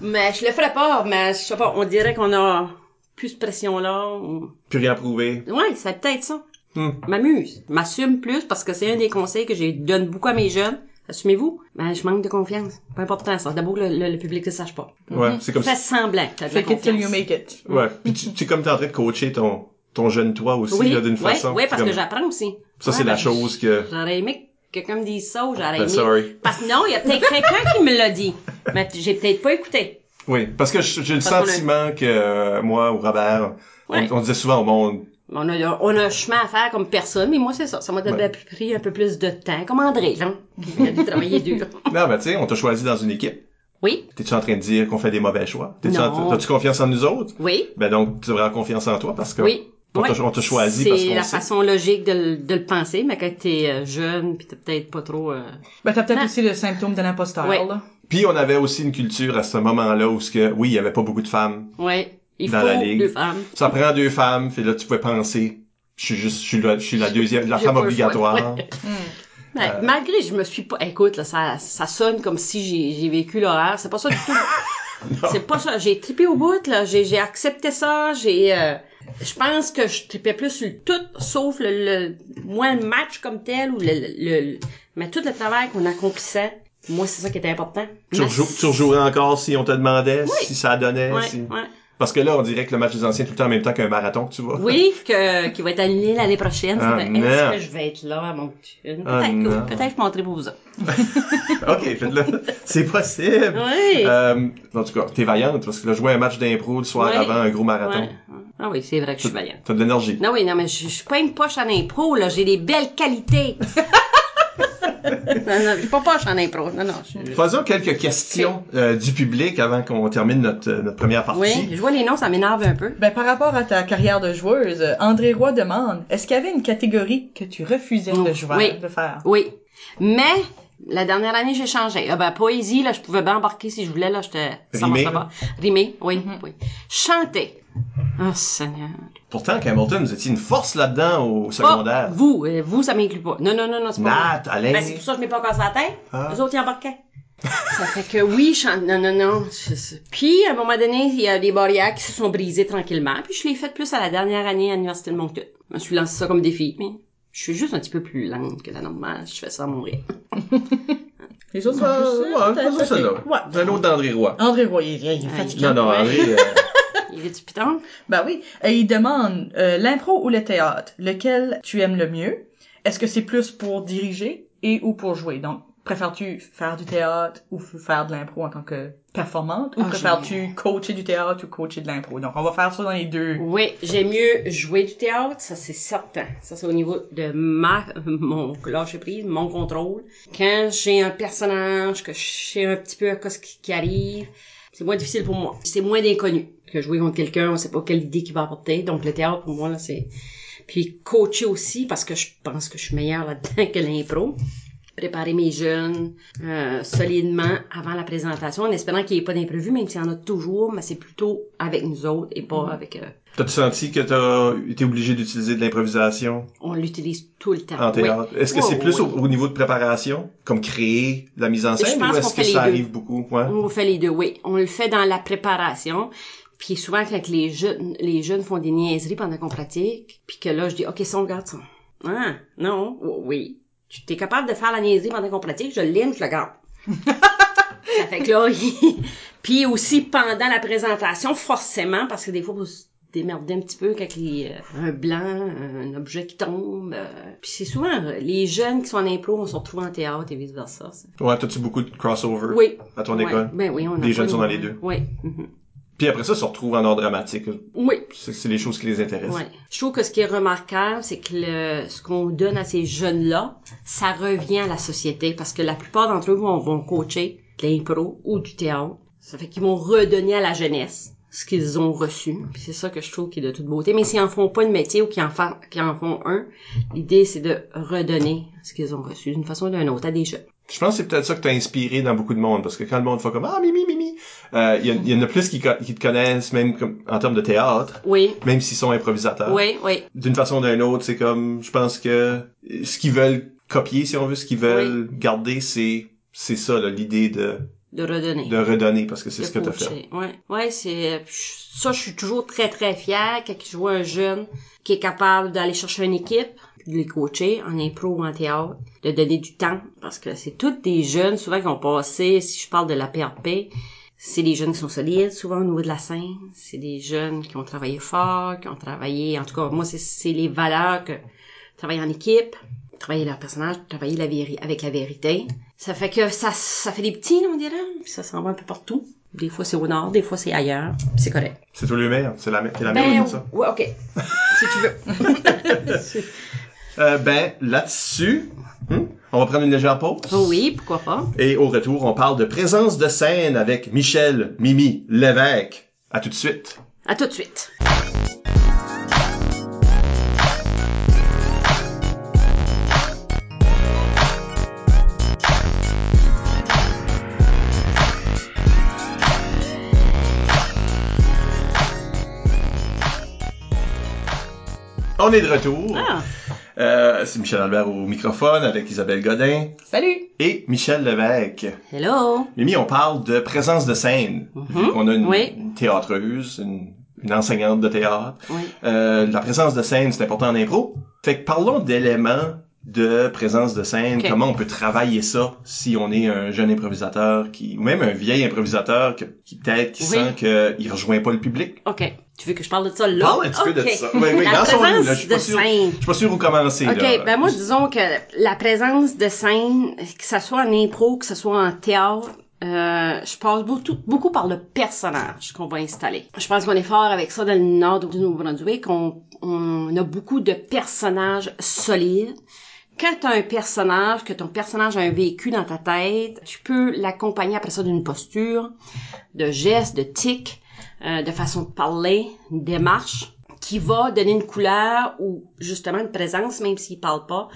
Mais je le ferai pas, mais je sais pas, on dirait qu'on a plus de pression-là. ou- Plus rien à prouver. Ouais, c'est peut-être ça. Hmm. M'amuse, m'assume plus parce que c'est un des conseils que je donne beaucoup à mes jeunes. Assumez-vous. Ben, je manque de confiance. Pas important, ça. D'abord, le, le, le public ne sache pas. Ouais, c'est comme Fais ça. semblant que t'as de la Fake it till confiance. you make it. Ouais. Puis tu, tu es comme t'es en train de coacher ton, ton jeune toi aussi, oui, là, d'une ouais, façon. ouais, parce Comme- que j'apprends aussi. Ça, c'est Ouais, la ben, chose que... J'aurais aimé que quelqu'un me dise ça ou j'aurais Ben, aimé. sorry. Parce que non, il y a peut-être quelqu'un qui me l'a dit. Mais j'ai peut-être pas écouté. Oui, parce que j- j'ai le Parce qu'on a- sentiment que euh, moi ou Robert, on- Ouais. on, disait souvent au monde, On a, on a un chemin à faire comme personne, mais moi, c'est ça. Ça m'a Ouais. pris un peu plus de temps. Comme André, là. Il a dû travailler dur. non, mais tu sais, on t'a choisi dans une équipe. Oui, T'es-tu en train de dire qu'on fait des mauvais choix? T'es-tu Non. en- T'as-tu confiance en nous autres? oui. Ben donc, tu devrais avoir confiance en toi parce que Oui. on t'a Ouais. on t'a choisi parce C'est qu'on la sait. façon logique de, le- de le penser, mais quand t'es euh, jeune pis t'es peut-être pas trop... euh, Ben, t'as peut-être Ah. aussi le symptôme de l'imposteur, Ouais. là. Puis on avait aussi une culture à ce moment-là où ce que, oui, il y avait pas beaucoup de femmes. Ouais. Il Dans faut la ligue. deux femmes. Ça prend deux femmes, puis là tu pouvais penser, je suis juste, je suis la, je suis la deuxième, la J'ai femme pas le (laughs) obligatoire. Ouais, Euh. Malgré, je me suis pas... Écoute, là, ça, ça sonne comme si j'ai- j'ai vécu l'horreur. C'est pas ça du (laughs) tout. C'est pas ça. J'ai trippé au bout, là. J'ai j'ai accepté ça. J'ai... euh, Je pense que je trippais plus sur le tout, sauf le, le- Moi, le match comme tel, ou le... le- le- mais tout le travail qu'on accomplissait, moi, c'est ça qui était important. Tu, Mais- rejou- tu rejouerais encore si on te demandait, si ça donnait. Ouais, si- ouais. Parce que là, on dirait que le match des anciens est tout le temps en même temps qu'un marathon, tu vois. Oui, que, qui va être annulé l'année prochaine. Ça Ah, fait, merde. Est-ce que je vais être là à mon Peut-être Ah, que non. oui, peut-être je montrerai pour vous autres. (laughs) ok, faites-le. (laughs) C'est possible. Oui. Euh, en tout cas, t'es vaillante parce que là, jouer un match d'impro le soir Ouais. avant un gros marathon. Ouais. Ah oui, c'est vrai que je suis vaillante. T'as de l'énergie. Non, oui, non, mais je, je suis pas une poche en impro, là. J'ai des belles qualités. (laughs) non, non, je suis pas poche en impro. Non, non. je- Faisons quelques questions euh, du public avant qu'on termine notre, euh, notre première partie. Oui, je vois les noms, ça m'énerve un peu. Ben, par rapport à ta carrière de joueuse, euh, André Roy demande, est-ce qu'il y avait une catégorie que tu refusais de Oh, jouer, oui. de faire? Oui. Mais, la dernière année, j'ai changé. Ah ben, poésie, là, je pouvais bien embarquer si je voulais, là, j'étais... ça Rimer, Mhm. marchait là. pas. Rimer, oui, oui. Chanter. Oh, Seigneur. Pourtant, Hamilton, vous étiez une force là-dedans au Pas secondaire. Bah, vous, euh, vous, ça m'inclut pas. Non, non, non, non, c'est pas Nat, moi. Alain. Oh! Ben, c'est pour ça que je m'ai pas cassé la tête. Ah. Les autres, ils embarquaient. ça fait que oui, je chante. Non, non, non. c'est ça. Puis, à un moment donné, il y a des barrières qui se sont brisées tranquillement. Puis, je l'ai faite plus à la dernière année à l'Université de Moncton. Je me suis lancé ça comme défi. Mais je suis juste un petit peu plus lente que la normale. Je fais ça à mon rythme. Les autres sont Ah, plus, euh, ouais, peut-être, faisons ok. celle-là. C'est un autre d'André Roy. André Roy, il est, il est Ah, fatigué. Non, non, (laughs) André, euh, Il est du piton. Ben oui. Et il demande, euh, l'impro ou le théâtre, lequel tu aimes le mieux? Est-ce que c'est plus pour diriger et ou pour jouer? Donc, préfères-tu faire du théâtre ou f- faire de l'impro en tant que performante? Ou Ah, préfères-tu coacher du théâtre ou coacher de l'impro? Donc, on va faire ça dans les deux. Oui, j'aime mieux jouer du théâtre, ça c'est certain. Ça c'est au niveau de ma (laughs) mon lâcher prise, mon contrôle. Quand j'ai un personnage, que je sais un petit peu à ce qui, qui arrive, c'est moins difficile pour moi. C'est moins d'inconnu que jouer contre quelqu'un, on sait pas quelle idée qu'il va apporter. Donc le théâtre pour moi là c'est puis coacher aussi parce que je pense que je suis meilleure là-dedans (laughs) que l'impro. Préparer mes jeunes euh, solidement avant la présentation, en espérant qu'il n'y ait pas d'imprévu, même s'il y en a toujours, mais c'est plutôt avec nous autres et pas avec euh, t'as-tu senti que t'as été obligé d'utiliser de l'improvisation on l'utilise tout le temps. en théâtre? Est-ce que Oui, c'est plus oui. au, au niveau de préparation, comme créer la mise en Je scène, pense ou qu'on est-ce que fait les ça deux. Mm. arrive beaucoup? Ouais. On fait les deux, oui. On le fait dans la préparation. Puis souvent, quand les jeunes, les jeunes font des niaiseries pendant qu'on pratique, puis que là, je dis, OK, ça, on garde ça. Ah, non, oui. Tu t'es capable de faire la niaiserie pendant qu'on pratique, je l'aime, je le garde. ça fait que là, (laughs) il- puis aussi pendant la présentation, forcément, parce que des fois, vous se démerdez un petit peu quand les, euh, un blanc, un objet qui tombe. euh. Puis c'est souvent, euh, les jeunes qui sont en impro, on se retrouve en théâtre et vice-versa. ça. Ouais, t'as-tu beaucoup de crossover Oui. à ton Ouais. école? Ben oui, on a Les pas jeunes sont dans les- les deux. Oui. Mhm. Puis après ça, se retrouve en ordre dramatique. Oui. C'est c'est les choses qui les intéressent. Ouais. Je trouve que ce qui est remarquable, c'est que le- ce qu'on donne à ces jeunes-là, ça revient à la société parce que la plupart d'entre eux vont, vont coacher de l'impro ou du théâtre. Ça fait qu'ils vont redonner à la jeunesse ce qu'ils ont reçu. Puis c'est ça que je trouve qui est de toute beauté. Mais s'ils en font pas de métier ou qu'ils en, fa- qu'ils en font un, l'idée c'est de redonner ce qu'ils ont reçu d'une façon ou d'une autre à des jeunes. Je pense que c'est peut-être ça que t'as inspiré dans beaucoup de monde, parce que quand le monde fait comme Ah, Mimi, Mimi, euh, il y, a- il y en a plus qui, co- qui te connaissent, même comme, en termes de théâtre, Oui, même s'ils sont improvisateurs. oui, oui. D'une façon ou d'une autre, c'est comme, je pense que ce qu'ils veulent copier, si on veut, ce qu'ils veulent garder, c'est c'est ça, là, l'idée de, De redonner. de redonner, parce que c'est de ce que t'as fait. coacher. Ouais, ouais, c'est ça. Je suis toujours très très fière quand je vois un jeune qui est capable d'aller chercher une équipe, de les coacher en impro ou en théâtre, de donner du temps parce que c'est toutes des jeunes souvent qui ont passé. Si je parle de la PRP, c'est des jeunes qui sont solides souvent au niveau de la scène. C'est des jeunes qui ont travaillé fort, qui ont travaillé. En tout cas, moi c'est c'est les valeurs que travailler en équipe, travailler leur personnage, travailler la véri- avec la vérité. Ça fait que ça, ça fait des petits, là, on dirait. Puis ça s'en va un peu partout. Des fois c'est au nord, des fois c'est ailleurs. Puis C'est correct. C'est toi le meilleur, c'est la, me- t'es la meilleure Ben, de ça. ouais, ok. si tu veux. Euh, ben, là-dessus, hmm, on va prendre une légère pause. Oh oui, pourquoi pas. Et au retour, on parle de présence de scène avec Michel, Mimi, Lévesque. À tout de suite. À tout de suite. On est de retour. Ah, Euh, c'est Michel Albert au microphone avec Isabelle Godin Salut! et Michel Lévesque. hello. Mimi, on parle de présence de scène. Mhm. On a une, Oui. une théâtreuse, une, une enseignante de théâtre. Oui. Euh, la présence de scène, c'est important en impro. Fait que parlons d'éléments de présence de scène, Ok. comment on peut travailler ça si on est un jeune improvisateur qui, ou même un vieil improvisateur que- qui peut-être qui Oui. sent qu'il rejoint pas le public. Ok. Tu veux que je parle de ça là? Parle un petit peu de Ok. ça. Oui, oui, La lançons-nous, là, je présence suis pas de sûr. scène. Je suis pas sûr où commencer. OK, là. ben moi, disons que la présence de scène, que ce soit en impro, que ce soit en théâtre, euh, je passe beaucoup, beaucoup par le personnage qu'on va installer. Je pense qu'on est fort avec ça dans le nord du Nouveau-Brunswick. On, on a beaucoup de personnages solides. Quand t'as un personnage, que ton personnage a un vécu dans ta tête, tu peux l'accompagner après ça d'une posture, de gestes, de tics, euh, de façon de parler, une démarche qui va donner une couleur ou justement une présence, même s'il parle pas,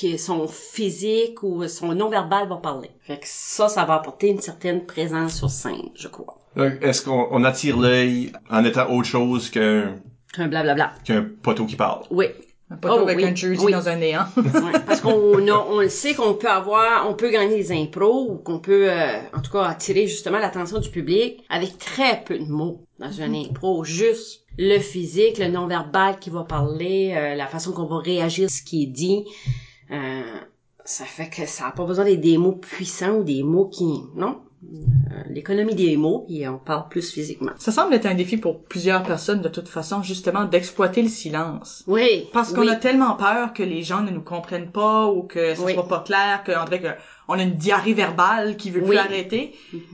que son physique ou son non-verbal va parler. Fait que ça, ça va apporter une certaine présence sur scène, je crois. Donc, Euh, Est-ce qu'on on attire l'œil en étant autre chose qu'un Un blablabla. qu'un poteau qui parle? Oui. Un poteau Oh, avec oui, un jersey oui. dans un néant. (laughs) Ouais, parce qu'on a- on le sait qu'on peut avoir, on peut gagner des impros ou qu'on peut, euh, en tout cas, attirer justement l'attention du public avec très peu de mots dans Mhm. un impro. Juste le physique, le non-verbal qui va parler, euh, la façon qu'on va réagir à ce qui est dit. Euh, ça fait que ça n'a pas besoin d'être des mots puissants ou des mots qui... Non. Euh, L'économie des mots, puis on parle plus physiquement. Ça semble être un défi pour plusieurs personnes, de toute façon, justement, d'exploiter le silence. Oui. Parce qu'on oui. a tellement peur que les gens ne nous comprennent pas ou que ça Oui. soit pas clair, qu'on dirait que on a une diarrhée verbale qui veut Oui. Mhm. plus arrêter.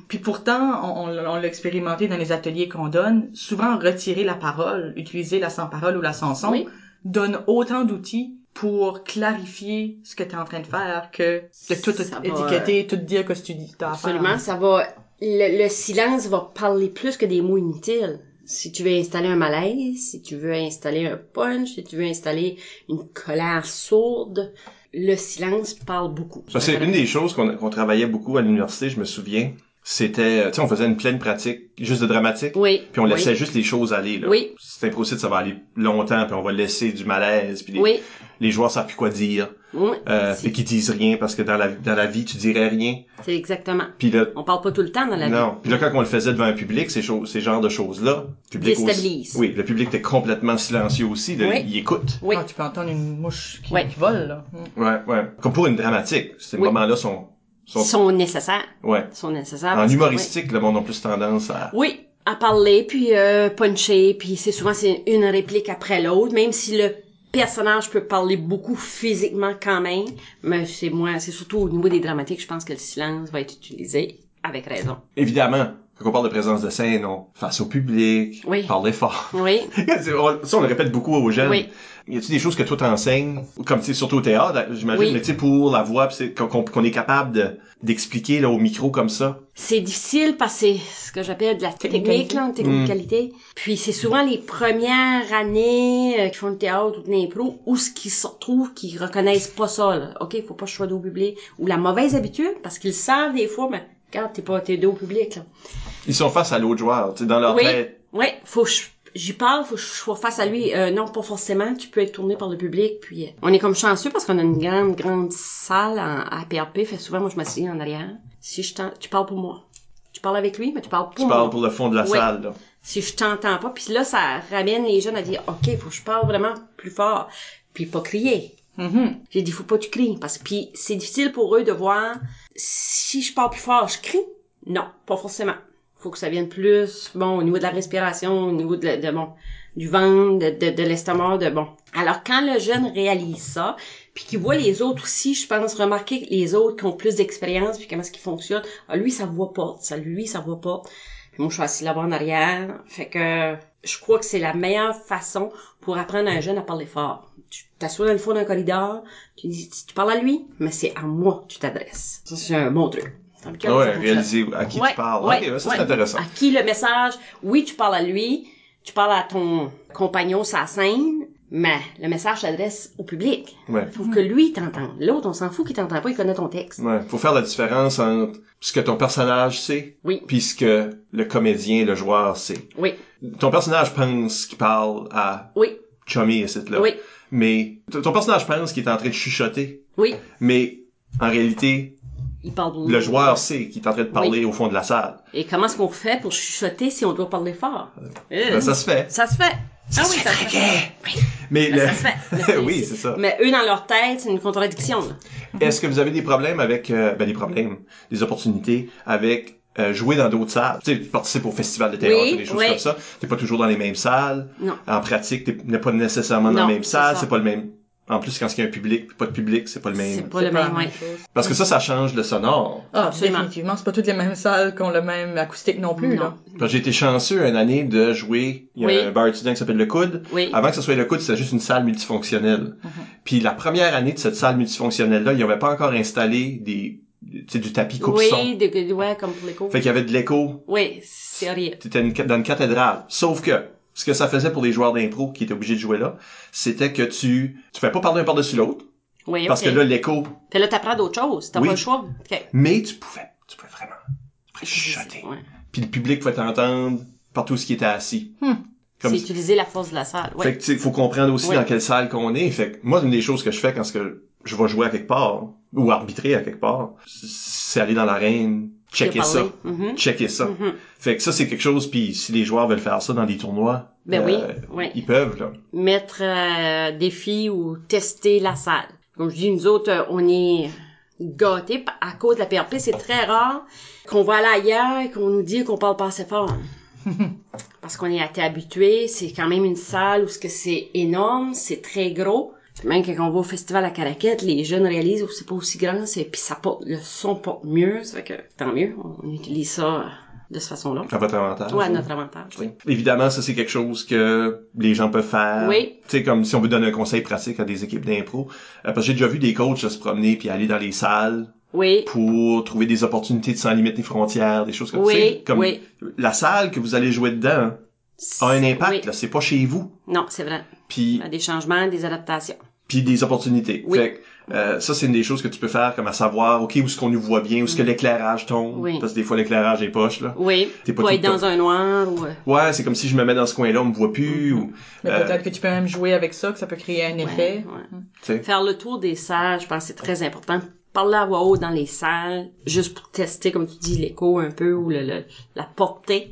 Puis pourtant, on, on l'a- on l'a expérimenté dans les ateliers qu'on donne. Souvent, retirer la parole, utiliser la sans-parole ou la sans-son, Oui. donne autant d'outils pour clarifier ce que tu es en train de faire que de tout Ça va, euh, étiqueter, tout dire que tu dis t'as à faire. Ah. Absolument, ça va. Le, le silence va parler plus que des mots inutiles. Si tu veux installer un malaise, si tu veux installer un punch, si tu veux installer une colère sourde, le silence parle beaucoup. Ça, c'est une des choses qu'on qu'on travaillait beaucoup à l'université, je me souviens. C'était, euh, tu sais, on faisait une pleine pratique juste de dramatique. Oui. Puis on laissait oui. juste les choses aller, là. Oui. C'est impossible, ça va aller longtemps, puis on va laisser du malaise, puis les, Oui. les joueurs savent plus quoi dire, Oui. euh, C'est- puis qu'ils disent rien, parce que dans la, dans la vie, tu dirais rien. C'est exactement. Puis là, On parle pas tout le temps dans la vie. non. Puis là, quand on le faisait devant un public, ces choses, ces genres de choses-là, le public Déstabilise. aussi. Oui, le public était complètement silencieux aussi, là, Oui. il écoute. Oui. Ah, tu peux entendre une mouche qui, Ouais. qui vole, là. Mm. Ouais, ouais. Comme pour une dramatique, ces Oui. moments-là sont, sont, Ils sont nécessaires. ouais. Ils sont nécessaires. En parce que- humoristique, le monde a plus tendance à... Oui, à parler, puis euh, puncher, puis c'est souvent c'est une réplique après l'autre, même si le personnage peut parler beaucoup physiquement quand même, mais c'est moi, c'est surtout au niveau des dramatiques, je pense que le silence va être utilisé avec raison. Évidemment, Quand on parle de présence de scène, on face au public, Oui. parler fort. (laughs) Oui. On- ça, on le répète beaucoup aux jeunes. Oui. Y a-t-il des choses que toi t'enseignes, comme tu sais, surtout au théâtre, j'imagine, Oui. mais tu sais, pour la voix, pis c'est- qu'on- qu'on qu'on est capable de- d'expliquer là au micro comme ça. C'est difficile parce que c'est ce que j'appelle de la technique, Technicalité. là, une technicalité. Puis c'est souvent les premières années euh, qui font le théâtre ou de l'impro ou ce qu'ils se retrouvent qu'ils reconnaissent pas ça, là. OK, faut pas que je sois dos au public. Ou la mauvaise habitude, parce qu'ils savent des fois, mais regarde, t'es pas, t'es dos au public, là. Ils sont face à l'autre joueur, tu sais, dans leur Oui, tête. oui, faut que je- j'y parle, faut que je sois face à lui. Euh, non, pas forcément, tu peux être tourné par le public. Puis euh, on est comme chanceux parce qu'on a une grande, grande salle en- à PRP. Fait souvent, moi, je m'assieds en arrière. Si je t'en- tu parles pour moi. Tu parles avec lui, mais tu parles pour Tu moi. parles pour le fond de la Oui. salle, là. Si je t'entends pas, puis là, ça ramène les jeunes à dire, OK, faut que je parle vraiment plus fort, puis pas crier. Mhm. J'ai dit, faut pas que tu cries, parce que puis c'est difficile pour eux de voir si je parle plus fort, je crie. Non, pas forcément. Faut que ça vienne plus, bon, au niveau de la respiration, au niveau de, la- de, bon, du ventre, de, de, de l'estomac, de bon. Alors quand le jeune réalise ça, puis qu'il voit les autres aussi, je pense remarquer que les autres qui ont plus d'expérience, puis comment est-ce qu'ils fonctionnent. Ah, lui, ça voit pas, ça lui, ça voit pas. Puis moi, je suis assis là-bas en arrière, fait que je crois que c'est la meilleure façon pour apprendre à un jeune à parler fort. Tu t'assois dans le fond d'un corridor, tu dis, tu parles à lui, mais c'est à moi que tu t'adresses. Ça, c'est un bon truc. Ça me calme, Ah ouais, ça fonctionne. réaliser à qui tu parles. ouais, Ok, ouais, ça ouais. c'est intéressant. À qui le message, oui, tu parles à lui, tu parles à ton compagnon sa scène, mais le message s'adresse au public. Ouais. Faut que lui t'entende. L'autre, on s'en fout qu'il t'entend pas, il connaît ton texte. Ouais. Faut faire la différence entre ce que ton personnage sait, Oui. puis ce que le comédien, le joueur sait. Oui, Ton personnage pense qu'il parle à oui, Chummy et cette là. oui, Mais t- ton personnage pense qu'il est en train de chuchoter, oui. mais en réalité, Il parle beaucoup. le joueur sait qu'il est en train de parler au fond de la salle. Et comment est-ce qu'on fait pour chuchoter si on doit parler fort? Euh, Ben, ça se fait. ça se fait. ah oui, ça se fait. Mais (laughs) Ça le- se fait. (laughs) oui, c'est ça. Mais eux, dans leur tête, c'est une contradiction. là. Est-ce que vous avez des problèmes avec euh, ben des problèmes, des opportunités avec euh, jouer dans d'autres salles Tu sais, tu participes au festival de théâtre, Oui, des choses oui. comme ça. T'es pas toujours dans les mêmes salles. Non. En pratique, t'es n'es pas nécessairement dans Non, la même c'est salle. ça. C'est pas le même. En plus, quand il y a un public, puis pas de public, c'est pas le C'est même. pas le la même, ouais. chose. Parce que ça, ça change le sonore. Ah, Absolument. définitivement. C'est pas toutes les mêmes salles qui ont le même acoustique non plus, là. Non. Parce que J'ai été chanceux une année de jouer. Il y a Oui. un bar étudiant qui s'appelle le Coude. Oui. Avant que ce soit le coude, c'était juste une salle multifonctionnelle. Mhm. Puis la première année de cette salle multifonctionnelle-là, il n'y avait pas encore installé des, tu sais, du tapis coupe-son. Oui, de, de- ouais, comme pour les cours. Fait qu'il y avait de l'écho. Oui, c'est horrible. C'était une ca- dans une cathédrale. Sauf que, ce que ça faisait pour les joueurs d'impro qui étaient obligés de jouer là, c'était que tu, tu fais pas parler un par-dessus l'autre. Oui, Parce que ok. là, l'écho. Puis là, t'apprends d'autres choses. T'as Oui. pas le choix. Ok. Mais tu pouvais, tu pouvais vraiment, tu pouvais chuchoter. Ouais. Puis le public pouvait t'entendre partout ce qui était assis. Comme Hmm. C'est utiliser la force de la salle. Fait Ouais. que, tu sais, faut comprendre aussi Oui. dans quelle salle qu'on est. Fait que, moi, une des choses que je fais quand ce que je vais jouer à quelque part, ou arbitrer à quelque part, c'est aller dans l'arène, checker parler. ça. Mhm. Checker ça. Mhm. Fait que ça, c'est quelque chose, puis si les joueurs veulent faire ça dans des tournois, euh, Ben oui, oui. ils peuvent, là. Mettre euh, défi ou tester la salle. Comme je dis, nous autres, euh, on est gâtés pa- à cause de la PRP. C'est très rare qu'on va aller ailleurs et qu'on nous dit qu'on parle pas assez fort. (laughs) Parce qu'on est été habitué, c'est quand même une salle où ce que c'est énorme, c'est très gros. Même quand on va au festival à Caraquette, les jeunes réalisent que c'est pas aussi grand, c'est puis ça porte, le son porte mieux, ça fait que tant mieux, on utilise ça euh, de cette façon-là. À votre avantage. Ouais, à notre avantage. Ah, Oui. Évidemment, ça, c'est quelque chose que les gens peuvent faire. Oui. Tu sais, comme si on veut donner un conseil pratique à des équipes d'impro. Euh, parce que j'ai déjà vu des coachs là, se promener puis aller dans les salles Oui, pour trouver des opportunités de sans limiter frontières, des choses comme ça. Oui, Tu sais, Comme oui. la salle que vous allez jouer dedans a un impact, Oui. là, c'est pas chez vous. Non, c'est vrai. Puis, Des changements, des adaptations. puis des opportunités. Oui. Fait que, euh, ça, c'est une des choses que tu peux faire, comme à savoir, OK, où est-ce qu'on nous voit bien, où est-ce que l'éclairage tombe. Mm. Oui. Parce que des fois, l'éclairage est poche, là. Oui. T'es pas pas tout être le dans un noir ou. euh, Ouais, c'est comme si je me mets dans ce coin-là, on me voit plus, Mm. ou, Mais Euh, peut-être que tu peux même jouer avec ça, que ça peut créer un effet. ouais, ouais. tu sais. Faire le tour des salles, je pense que c'est très important. Parler à voix haute dans les salles, juste pour tester, comme tu dis, l'écho un peu ou le, le- la portée,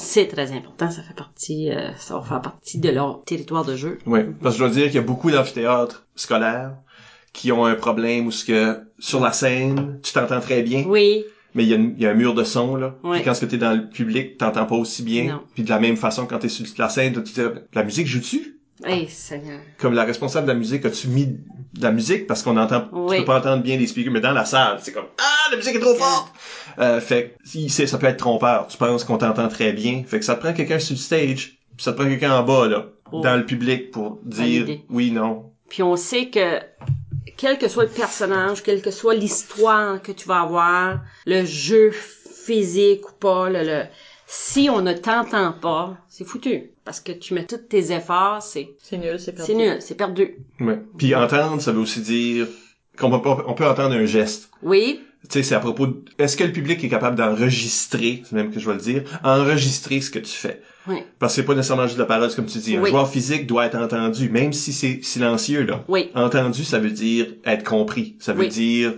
c'est très important. Ça fait partie, euh, ça va faire partie de leur territoire de jeu. Oui, parce que je dois dire qu'il y a beaucoup d'amphithéâtres scolaires qui ont un problème où ce que sur la scène, tu t'entends très bien, Oui, mais il y, a une- il y a un mur de son là. Ouais. Puis quand ce que t'es dans le public, t'entends pas aussi bien. Non. Puis de la même façon quand t'es sur Ah, ben, la scène, tu te dis la musique joue-tu hey, Seigneur. Comme la responsable de la musique, as-tu mis de la musique parce qu'on entend, Oui. tu peux pas entendre bien les speakers, mais dans la salle, c'est comme ah la musique est trop forte. Euh, fait que, si- c'est- ça peut être trompeur. Tu penses qu'on t'entend très bien, fait que ça te prend quelqu'un sur le stage, puis ça te prend quelqu'un en bas là, Pour dans le public pour dire Oh. valider. oui non. Puis on sait que quel que soit le personnage, quelle que soit l'histoire que tu vas avoir, le jeu physique ou pas, le, le- si on ne t'entend pas, c'est foutu. Parce que tu mets tous tes efforts, c'est C'est nul, c'est perdu. c'est nul, c'est perdu. Ouais. Puis entendre, ça veut aussi dire qu'on peut pas- on peut entendre un geste. Oui, Tu sais, c'est à propos de... Est-ce que le public est capable d'enregistrer, c'est même que je vais le dire, enregistrer ce que tu fais? oui, Parce que c'est pas nécessairement juste la parole, c'est comme tu dis. Un Oui. joueur physique doit être entendu, même si c'est silencieux, là. oui, Entendu, ça veut dire être compris. Ça veut Oui. dire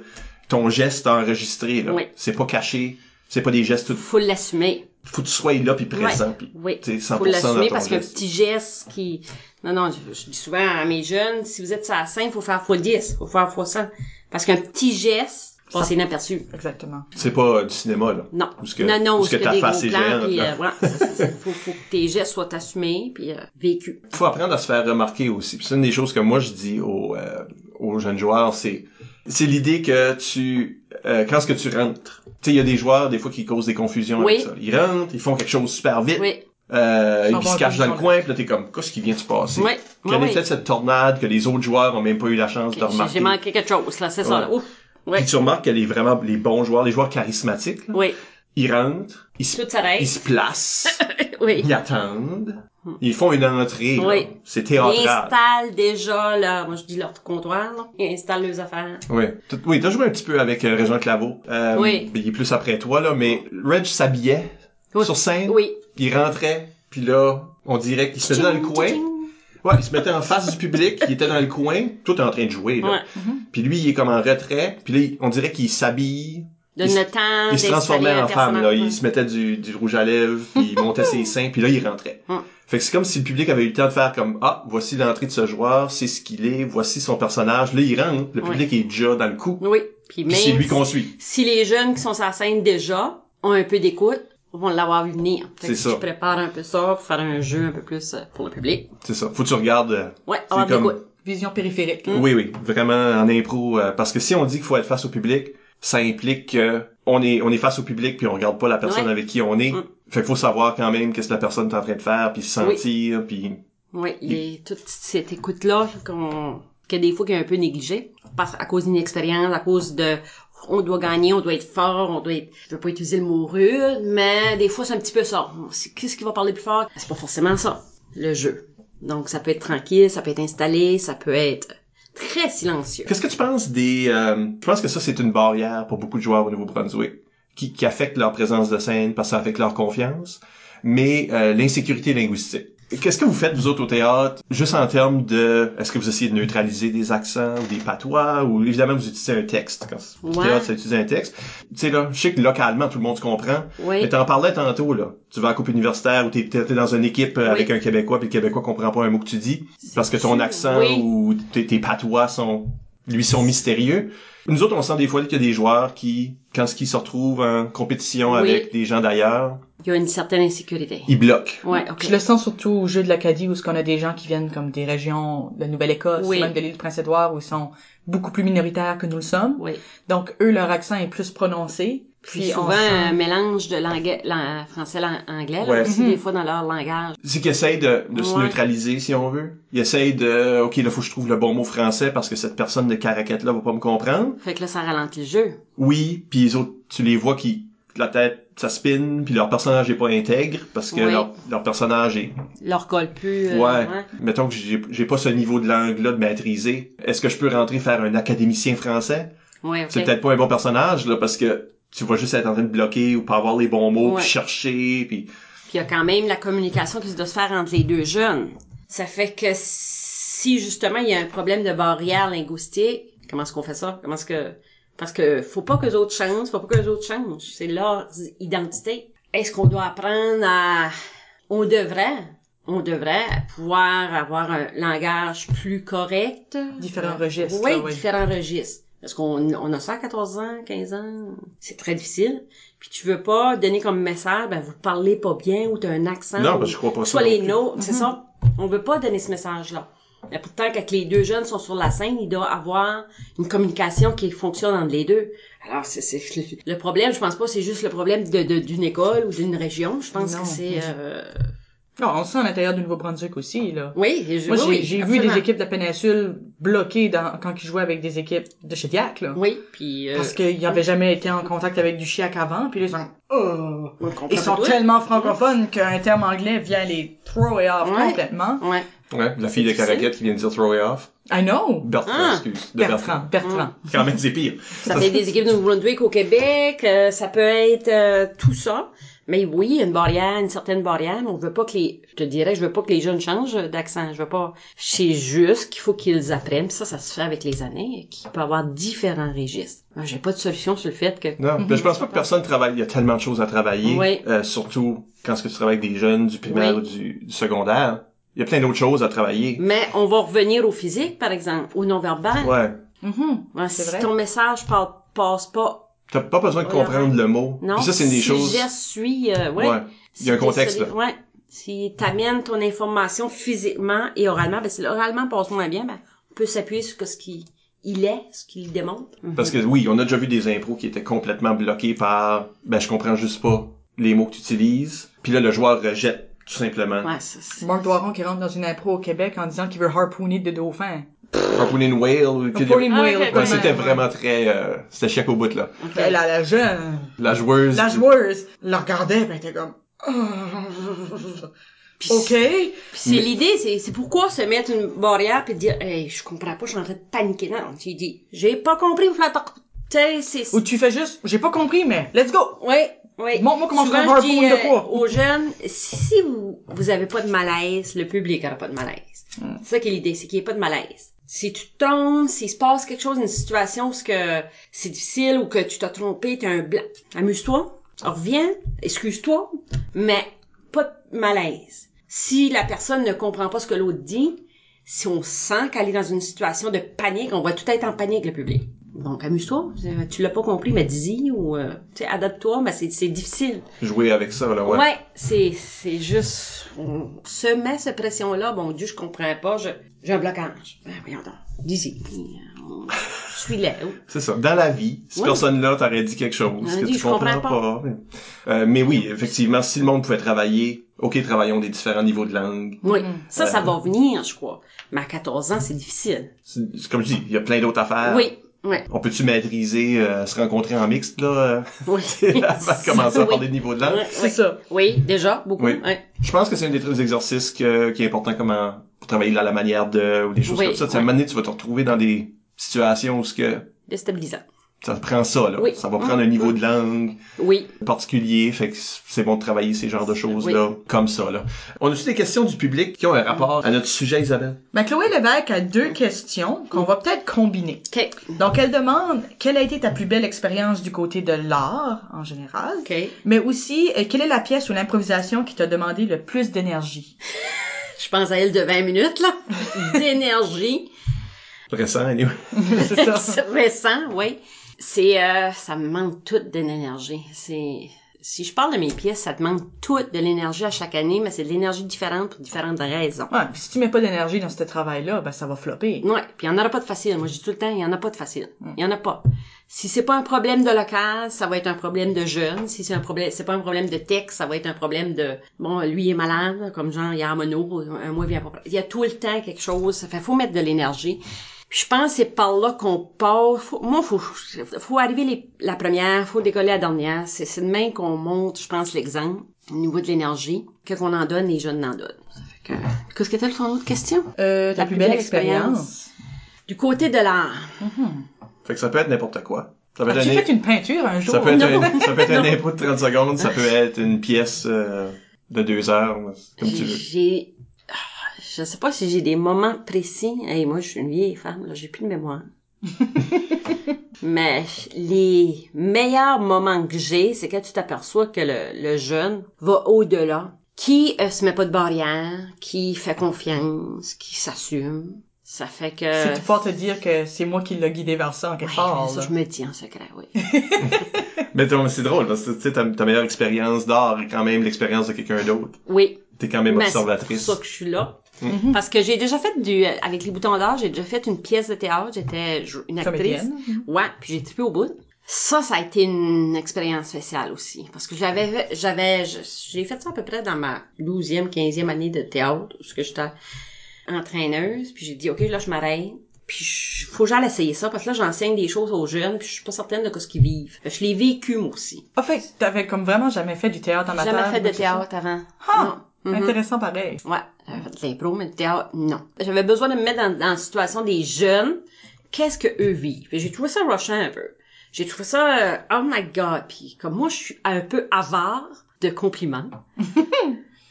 ton geste enregistré, là. Oui. C'est pas caché. C'est pas des gestes tout... faut l'assumer. Faut que tu sois là puis présent. puis Oui, t'es 100% faut dans l'assumer ton parce qu'un geste. petit geste qui... Non, non, je, je dis souvent à mes jeunes, si vous êtes sur la scène, faut faire x10, faut faire x100. Parce qu'un petit geste, c'est inaperçu. Exactement. C'est pas euh, du cinéma, là. Non. Où ce que- non, non, où où ce ce que ta des gros face est plans, géante, (laughs) puis là. euh, voilà, c'est- c'est- c'est- faut, faut que tes gestes soient assumés, puis euh, vécus. faut apprendre à se faire remarquer aussi. Puis C'est une des choses que moi je dis aux, euh, aux jeunes joueurs, c'est c'est l'idée que tu euh, quand ce que tu rentres. Tu sais, il y a des joueurs des fois qui causent des confusions Oui. avec ça. Ils rentrent, ils font quelque chose super vite, Oui, euh, Ils s'en ils se vont cachent dans le tous, coin, puis là t'es comme qu'est-ce qui vient de se passer. oui, oui, Quelle oui. était cette tornade que les autres joueurs ont même pas eu la chance de J'ai- remarquer. J'ai manqué quelque chose, là, c'est ça. Ouais. Là. Ouf. Puis Oui, tu remarques que les vraiment les bons joueurs, les joueurs charismatiques, là, oui, ils rentrent, ils se, tout s'arrête. ils se placent, (laughs) Oui. ils attendent, ils font une entrée. là. Oui. C'est Ils théâtral. installent déjà, là, moi je dis leur comptoir, là. Ils installent leurs affaires. Oui. T'as- Oui, t'as joué un petit peu avec euh, Régent Claveau. Euh, Oui. Il est plus après toi, là, mais Reg s'habillait Oui. sur scène. Oui. Il rentrait, puis là, on dirait qu'il se mettait dans le coin. Ouais, il se mettait en face du (laughs) public, il était dans le coin, tout en train de jouer, là. Ouais. Puis lui, il est comme en retrait, puis là, il- on dirait qu'il s'habille. Donne Il le temps Il se transformait d'installer en un femme, là. personnage. Il se mettait du, du rouge à lèvres, puis il montait (laughs) ses seins, puis là, il rentrait. Hum. Fait que c'est comme si le public avait eu le temps de faire comme, ah, voici l'entrée de ce joueur, c'est ce qu'il est, voici son personnage. Là, il rentre, le Ouais. public est déjà dans le coup. Oui, puis Puis c'est même lui qu'on suit. si les jeunes qui sont sur la scène déjà ont un peu d'écoute, vont l'avoir vu venir. Fait que C'est ça. Je prépare un peu ça pour faire un jeu un peu plus euh, pour le public. C'est ça. Faut que tu regardes. euh, Ouais, C'est avoir de comme- l'écoute. Vision périphérique. Mm. Hmm? Oui, oui. Vraiment en impro. euh, parce que si on dit qu'il faut être face au public, ça implique que on est, on est face au public puis on regarde pas la personne Ouais. avec qui on est. Mm. Fait qu'il faut savoir quand même qu'est-ce que la personne est en train de faire puis se Oui. sentir puis. Oui, il y a toute cette écoute-là qu'on, que des fois qui est un peu négligée. Parce à cause d'une expérience, à cause de, on doit gagner, on doit être fort, on doit être, je veux pas utiliser le mot rude, mais des fois c'est un petit peu ça. On sait Qu'est-ce qui va parler plus fort? C'est pas forcément ça, le jeu. Donc ça peut être tranquille, ça peut être installé, ça peut être très silencieux. Qu'est-ce que tu penses des, euh, je pense que ça c'est une barrière pour beaucoup de joueurs au Nouveau-Brunswick qui, qui affecte leur présence de scène parce que ça affecte leur confiance, mais euh, l'insécurité linguistique. Qu'est-ce que vous faites vous autres au théâtre, juste en termes de, est-ce que vous essayez de neutraliser des accents ou des patois ou évidemment vous utilisez un texte quand c'est- au Ouais. théâtre ça utilise un texte. Tu sais là, je sais que localement tout le monde se comprend, Oui. mais t'en parlais tantôt là. Tu vas à la coupe universitaire ou t'es t'es t'es dans une équipe euh, Oui. avec un Québécois puis le Québécois comprend pas un mot que tu dis parce que ton sûr, accent oui. ou tes, tes patois sont lui sont mystérieux. Nous autres, on sent des fois qu'il y a des joueurs qui, quand ils se retrouvent en compétition Oui. avec des gens d'ailleurs, Il y a une certaine insécurité. ils bloquent. Ouais, ok. Je le sens surtout au jeu de l'Acadie où ce qu'on a des gens qui viennent comme des régions de la Nouvelle-Écosse, Oui. même de l'île Prince-Édouard où ils sont beaucoup plus minoritaires que nous le sommes. Oui. Donc eux leur accent est plus prononcé. Puis, Puis on souvent sent- un mélange de l'anglais, l'an- français, l'an- anglais, là, Ouais. aussi, Mhm. des fois dans leur langage. C'est qu'ils essayent de, de se Ouais. neutraliser, si on veut. Ils essayent de, OK, là, faut que je trouve le bon mot français parce que cette personne de caraquette-là va pas me comprendre. Fait que là, ça ralentit le jeu. Oui, puis les autres, tu les vois qui, la tête, ça spin, puis leur personnage est pas intègre parce que Oui. leur, leur personnage est Leur colle plus. euh, ouais. ouais. Mettons que j'ai j'ai pas ce niveau de langue-là de maîtriser. Est-ce que je peux rentrer faire un académicien français? Ouais, ok. C'est peut-être pas un bon personnage, là, parce que tu vas juste être en train de bloquer ou pas avoir les bons mots, Ouais. puis chercher, puis... Puis il y a quand même la communication qui doit se faire entre les deux jeunes. Ça fait que si justement il y a un problème de barrière linguistique, comment est-ce qu'on fait ça Comment est-ce que parce que faut pas que les autres changent, faut pas que les autres changent, c'est leur identité. Est-ce qu'on doit apprendre à on devrait on devrait pouvoir avoir un langage plus correct, Euh, Différents registres, Oui, là, ah oui. différents registres. Parce qu'on on a ça à 14 ans, 15 ans, c'est très difficile. Puis tu veux pas donner comme message, ben vous parlez pas bien ou t'as un accent. Non, ou- parce que je crois pas ça Ah Soit non les Mhm. plus. nôtres, c'est ça. On veut pas donner ce message-là. Mais pourtant, quand les deux jeunes sont sur la scène, il doit avoir une communication qui fonctionne entre les deux. Alors, c'est, c'est (laughs) le problème, je pense pas, c'est juste le problème de, de- d'une école ou d'une région. Je pense Non. que c'est... euh, Non, on le sent à l'intérieur du Nouveau-Brunswick aussi, là. Oui, et je, Moi, oui, j'ai, oui, j'ai vu absolument. des équipes de la péninsule bloquées dans, quand ils jouaient avec des équipes de Chediac, là. Oui, puis... euh, Parce qu'ils n'avaient jamais été en contact avec du Chiac avant, puis là, ils sont, oh. on comprend Ils sont pas tout. tellement francophones qu'un terme anglais vient les throw it off Ouais. complètement. Ouais. Ouais, la fille de difficile. Caraguette qui vient de dire throw it off. I know. Bertrand, Ah, excuse. De Bertrand, Bertrand. Quand même, c'est pire. Ça peut être des équipes de Brunswick au Québec, euh, ça peut être euh, tout ça. Mais oui, il y a une barrière, une certaine barrière, mais on veut pas que les, je te dirais, je veux pas que les jeunes changent d'accent. Je veux pas, c'est juste qu'il faut qu'ils apprennent. Puis Ça, ça se fait avec les années, qu'il peut avoir différents registres. Moi, J'ai pas de solution sur le fait que, Non, mais je pense pas que personne travaille. Il y a tellement de choses à travailler, Mhm. Oui. euh, surtout quand ce que tu travailles avec des jeunes du primaire Oui. ou du, du secondaire. Il y a plein d'autres choses à travailler. mais on va revenir au physique, par exemple, au non-verbal. Ouais. Mm. Mhm. Ouais, c'est si vrai. ton message parle- passe pas, T'as pas besoin de Ouais. comprendre le mot. non. Puis ça, c'est une des si choses. Si je suis, euh, ouais. Ouais. Il y a un Si t'es contexte, solide- là. Ouais. Si t'amènes ton information physiquement et oralement, ben si l'oralement passe moins bien, ben on peut s'appuyer sur ce qu'il il est, ce qu'il démontre. Parce que oui, on a déjà vu des impros qui étaient complètement bloqués par ben je comprends juste pas les mots que tu utilises. Puis là le joueur rejette tout simplement. Ouais, ça, c'est... Marc Doiron qui rentre dans une impro au Québec en disant qu'il veut harpooner des dauphins. Harpooning whale ou que- Harpooning Ah, whale, ok, Ouais, vraiment. c'était vraiment très euh, c'était chic au bout là. ok. Ben, la, la jeune, La joueuse la joueuse, la regardait, ben, elle était comme, Ah. Puis OK. Puis c'est l'idée, c'est, c'est pourquoi se mettre une barrière puis dire, hey, je comprends pas, je suis en train de paniquer. Non, tu dis, j'ai pas compris, vous faites Tu sais, c'est, Ou tu fais juste, j'ai pas compris, mais let's go. Ouais, ouais. Montre-moi comment Souvent, faire un je dis, harpoon de euh, quoi. aux jeunes, si vous, vous avez pas de malaise, le public aura pas de malaise. Hmm. C'est ça qui est l'idée, c'est qu'il n'y ait pas de malaise. Si tu tombes, s'il se passe quelque chose, une situation où ce que c'est difficile ou que tu t'as trompé, t'as un blanc, amuse-toi, reviens, excuse-toi, mais pas de malaise. Si la personne ne comprend pas ce que l'autre dit, si on sent qu'elle est dans une situation de panique, on va tout être en panique, le public. Donc, amuse-toi. Euh, Tu l'as pas compris, mais dis-y ou euh, tu sais, adapte-toi, mais c'est c'est difficile. jouer avec ça là, ouais. Ouais, c'est c'est juste... On se met cette pression-là. Bon Dieu, je comprends pas. je- J'ai un blocage. Ben, voyons donc. Dis-y. Puis, euh, (laughs) on- Je suis là. C'est ça. Dans la vie, cette Ouais. personne-là t'aurait dit quelque chose J'aurais que dit, tu je comprends, comprends pas. Euh, mais oui, effectivement, si le monde pouvait travailler, ok, travaillons des différents niveaux de langue. Oui, ça, ça Ouais. va venir, je crois. Mais à 14 ans, c'est difficile. C'est c'est comme je dis, il y a plein d'autres affaires. (laughs) Oui, oui, On peut-tu maîtriser, euh, se rencontrer en mixte, là, oui. euh, (laughs) avant de commencer à Oui. parler de niveau de langue? Ouais, C'est ouais. ça. Oui, déjà, beaucoup. Oui. ouais. Je pense que c'est un des trucs exercices que- qui est important comment, pour travailler dans la manière de, ou des choses Oui, comme ça. Tu sais, À oui. un moment donné, tu vas te retrouver dans des situations où ce que Déstabilisant. ça te prend ça, là. Oui. Mm. Ça va prendre un niveau de langue Oui. particulier, fait que c'est bon de travailler ces genres de choses-là, comme ça, là. On a aussi des questions du public qui ont un rapport à notre sujet, Isabelle? Ben, Chloé Lévesque a Mm. deux questions qu'on va peut-être combiner. OK. Donc, elle demande quelle a été ta plus belle expérience du côté de l'art en général, OK. mais aussi euh, quelle est la pièce ou l'improvisation qui t'a demandé le plus d'énergie. Je pense à elle de 20 minutes, (laughs) là. D'énergie. Récent, anyway. C'est ça. C'est récent, oui. C'est, euh, ça me manque tout de l'énergie. C'est, si je parle de mes pièces, ça demande tout de l'énergie à chaque année, mais c'est de l'énergie différente pour différentes raisons. Ouais, puis si tu mets pas d'énergie dans ce travail-là, ben ça va flopper. Ouais, puis il n'y en aura pas de facile. Moi, je dis tout le temps, il n'y en a pas de facile. Il n'y en a pas. Si c'est pas un problème de local, ça va être un problème de jeune. Si c'est un problème, c'est pas un problème de texte, ça va être un problème de, bon, lui est malade, comme genre, il y a un mono, un mois, il vient pas. Il y a tout le temps quelque chose. Ça fait, faut mettre de l'énergie. Puis Je pense que c'est par là qu'on part. Faut, moi, faut, faut arriver les- la première, faut décoller la dernière. C'est, c'est de même qu'on monte, je pense, l'exemple au niveau de l'énergie. Que qu'on en donne, les jeunes en donnent. Ça fait que- Qu'est-ce que t'as ton autre question? Euh, ta plus belle expérience. Du côté de l'art. Fait que ça peut être n'importe quoi. Ça Ah, peut être As-tu un- fait une peinture un jour? Ça peut être, un, ça peut (laughs) être un input de 30 secondes, ça peut être une pièce euh, de deux heures, comme tu veux. J'ai, ah, je sais pas si j'ai des moments précis. et moi, je suis une vieille femme, là, j'ai plus (laughs) de mémoire. Mais les meilleurs moments que j'ai, c'est quand tu t'aperçois que le, le jeune va au-delà, qui euh, se met pas de barrière, qui fait confiance, qui s'assume. Ça fait que. C'est hein. tout pour te dire que c'est moi qui l'ai guidé vers ça en quelque Euh, Ouais, part. ça, là. je me dis en secret, oui. Mais t'as- c'est drôle, parce que tu sais, ta, ta meilleure expérience d'art est quand même l'expérience de quelqu'un d'autre. Oui, T'es quand même Ben, observatrice. Mm. C'est pour ça que je suis là. Parce que j'ai déjà fait du, euh, avec les boutons d'or, j'ai déjà fait une pièce de théâtre, j'étais jou- une actrice. Comédienne. Ouais, puis j'ai trippé au bout. Ça, ça a été une expérience spéciale aussi. Parce que j'avais, j'avais, je- j'ai fait ça à peu près dans ma 12e, 15e année de théâtre, parce que j'étais entraîneuse, puis j'ai dit, OK, là, je m'arrête. Puis je- faut que j'aille essayer ça, parce que là, j'enseigne des choses aux jeunes, puis je suis pas certaine de ce qu'ils vivent. Je l'ai vécu, moi aussi. En fait, t'avais comme vraiment jamais fait du théâtre J'ai amateur. jamais fait de quelque chose. théâtre avant. Ah! Non. Mhm. Intéressant pareil. Ouais, j'avais fait de l'impro, mais le théâtre, non. J'avais besoin de me mettre dans, dans la situation des jeunes. Qu'est-ce que eux vivent? Puis J'ai trouvé ça rushant un peu. J'ai trouvé ça, euh, oh my god. Puis comme moi, je suis un peu avare de compliments.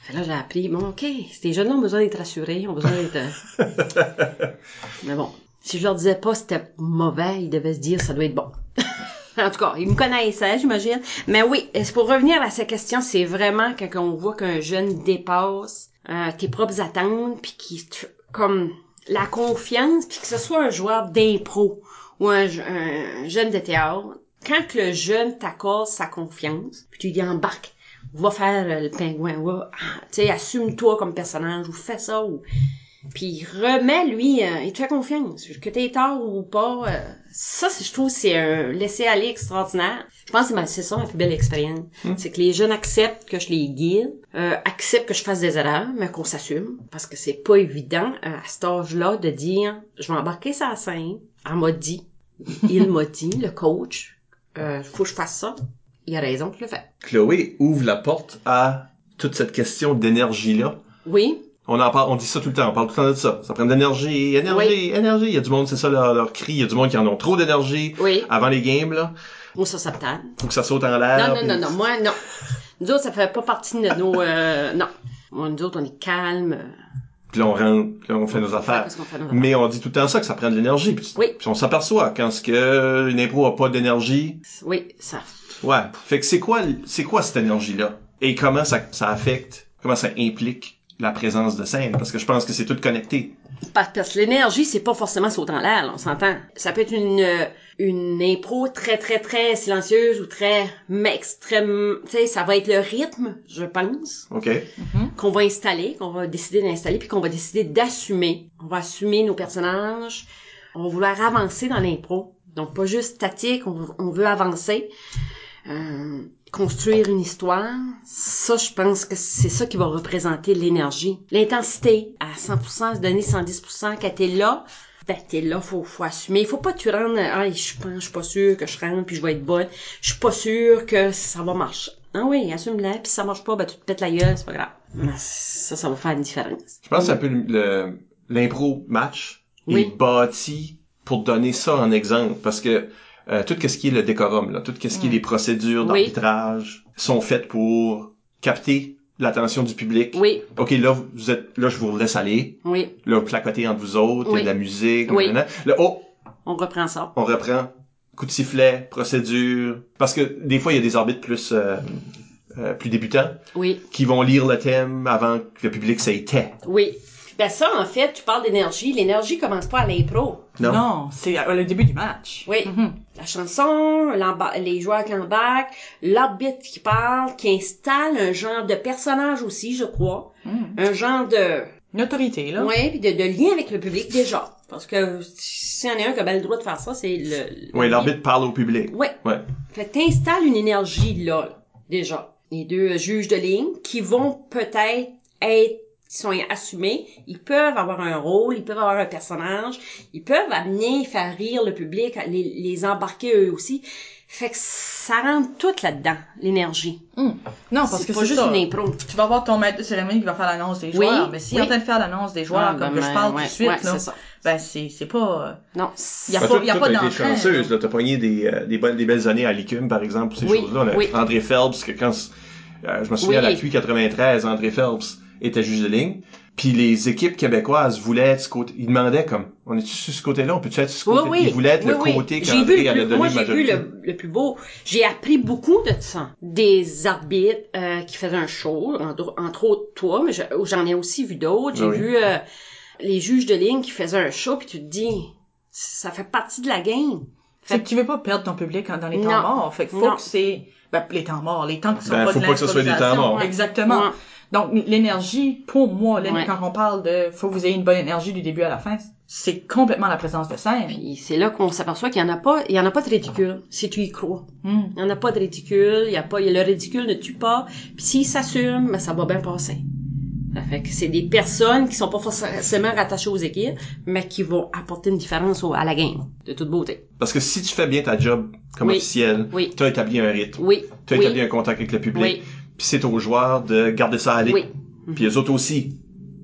Fait là, j'ai appris, bon, OK, ces jeunes-là ont besoin d'être rassurés, ont besoin d'être... euh. mais bon, si je leur disais pas c'était mauvais, ils devaient se dire, ça doit être bon. (laughs) En tout cas, ils me connaissaient, j'imagine. Mais oui, est-ce- pour revenir à sa question, c'est vraiment quand on voit qu'un jeune dépasse euh, tes propres attentes, puis qui comme la confiance, puis que ce soit un joueur d'impro ou un, je- un jeune de théâtre, quand que le jeune t'accorde sa confiance, puis tu lui dis embarque, va faire euh, le pingouin, va, ah, tu sais, assume-toi comme personnage ou fais ça ou puis remet lui, euh, il te fait confiance, que t'aies tort ou pas. euh, ça, c'est- je trouve, c'est un laisser aller extraordinaire. Je pense que c'est ma- c'est ça ma plus belle expérience, c'est que les jeunes acceptent que je les guide, euh, acceptent que je fasse des erreurs, mais qu'on s'assume, parce que c'est pas évident euh, à cet âge-là de dire, je vais embarquer sa scène, elle m'a dit, il m'a dit, le coach, euh, faut que je fasse ça. Il a raison, je le fais. Chloé ouvre la porte à toute cette question d'énergie-là. Oui, On en parle, on dit ça tout le temps, on parle tout le temps de ça. Ça prend de l'énergie, énergie, Oui. énergie. Il y a du monde, c'est ça leur, leur cri. Il y a du monde qui en ont trop d'énergie oui, avant les games, là. moi ça, ça me tente. Faut que ça saute en l'air. Non, non, puis- non, non, moi, non. Nous autres, ça fait pas partie de nos... euh, non. Moi, nous autres, on est calme. euh, Puis là, on rentre, puis là, on fait nos on fait affaires. qu'est-ce qu'on fait dans notre- Mais on dit tout le temps ça, que ça prend de l'énergie. Puis, Oui. puis on s'aperçoit quand ce que une impro a pas d'énergie. Oui, ça. Ouais. Fait que c'est quoi, c'est quoi cette énergie-là? Et comment ça, ça affecte, comment ça implique la présence de scène? Parce que je pense que c'est tout connecté. Parce parce que l'énergie, c'est pas forcément sauter en l'air, là, on s'entend. Ça peut être une, euh, une impro très, très, très silencieuse ou très, mais extrême, tu sais, ça va être le rythme, je pense. OK? qu'on va installer, qu'on va décider d'installer, puis qu'on va décider d'assumer. On va assumer nos personnages. On va vouloir avancer dans l'impro. Donc, pas juste statique, on, on veut avancer. Euh, construire une histoire. Ça, je pense que c'est ça qui va représenter l'énergie. L'intensité, à 100%, se donner 110%, quand t'es là, ben t'es là, faut, faut assumer. Faut pas que tu rentres, ah, je pense, je suis pas sûre que je rentre, puis je vais être bonne. Je suis pas sûre que ça va marcher. Ah oui, assume-la, puis si ça marche pas, ben tu te pètes la gueule, c'est pas grave. Mais ça, ça va faire une différence. Je pense que c'est un peu le- le- l'impro match Oui. est bâti pour donner ça en exemple parce que euh, tout ce qui est le décorum, là, tout ce qui est les procédures Mm. Oui. d'arbitrage sont faites pour capter l'attention du public. Oui, OK, là vous êtes là je vous laisse aller, oui, là vous placotez entre vous autres, il y a Oui. de la musique, Oui. nanana. là oh, on reprend ça. on reprend coup de sifflet, procédure parce que des fois il y a des arbitres plus euh, euh, plus débutants Oui, qui vont lire le thème avant que le public s'était. oui. Ben ça, en fait, tu parles d'énergie. L'énergie commence pas à l'impro. Non. c'est à- le début du match. Oui. Mhm. La chanson, l'emba- les joueurs qui embarquent, l'arbitre qui parle, qui installe un genre de personnage aussi, je crois. Mhm. Un genre de... Une autorité, là. Ouais, puis de, de lien avec le public déjà. Parce que s'il y en a un qui a bien le droit de faire ça, c'est le... Oui, l'arbitre parle au public. Ouais. Ouais. Fait que t'installes une énergie là, là, déjà. Les deux euh, juges de ligne qui vont peut-être être sont assumés, ils peuvent avoir un rôle, ils peuvent avoir un personnage, ils peuvent amener, faire rire le public, les, les embarquer eux aussi. Fait que ça rentre tout là-dedans, l'énergie. Non, parce C'est que pas c'est juste ça. une impro. Tu vas voir ton maître de cérémonie qui va faire l'annonce des Oui, joueurs. Mais s'il est oui. en train de faire l'annonce des joueurs, Ah, comme que ben, je parle ouais, tout de suite, ouais, là, c'est ça. ben c'est, c'est pas... euh, Non. Y Ah, a pas- toi- y a toi, pas t'as été d'entraide, chanceuse, là. là. T'as pogné des, euh, des, bonnes, des belles années à Licume, par exemple, pour ces Oui, choses-là. On a oui. André Phelps, que quand, c- euh, je me souviens, Oui. à la QI 93, André Phelps était juge de ligne. Puis les équipes québécoises voulaient être ce côté, ils demandaient comme, on est-tu sur ce côté-là? On peut-tu être sur ce Oui, côté? oui. Ils voulaient être le Oui, oui. côté J'ai vu qu'André le allait plus- donner Moi, la j'ai vu majorité. le, le plus beau. J'ai appris beaucoup de ça. Des arbitres euh, qui faisaient un show, entre, entre autres toi, mais je- oh, j'en ai aussi vu d'autres. J'ai Ah oui. vu euh, les juges de ligne qui faisaient un show, puis tu te dis, ça fait partie de la game. C'est que tu veux pas perdre ton public en- dans les temps Non. morts. Fait que faut Non. que c'est... Ben, les temps morts, les temps qui sont Ben, pas faut de pas que ce soit des temps l'improvisation. morts. Exactement. Ouais. Donc, l'énergie, pour moi, là, Ouais. quand on parle de faut que vous ayez une bonne énergie du début à la fin, c'est complètement la présence de scène. Puis c'est là qu'on s'aperçoit qu'il y en a pas, il y en a pas de ridicule, si tu y crois. Hmm. Il y en a pas de ridicule, il y a pas, le ridicule ne tue pas. Puis s'ils s'assument, ben, ça va bien passer. Ça fait que c'est des personnes qui sont pas forcément rattachées aux équipes, mais qui vont apporter une différence au- à la game, de toute beauté. Parce que si tu fais bien ta job comme Oui. officiel, Oui. tu as établi un rythme, Oui. tu as oui. établi un contact avec le public, Oui. puis c'est aux joueurs de garder ça aller. Oui. Puis les autres aussi,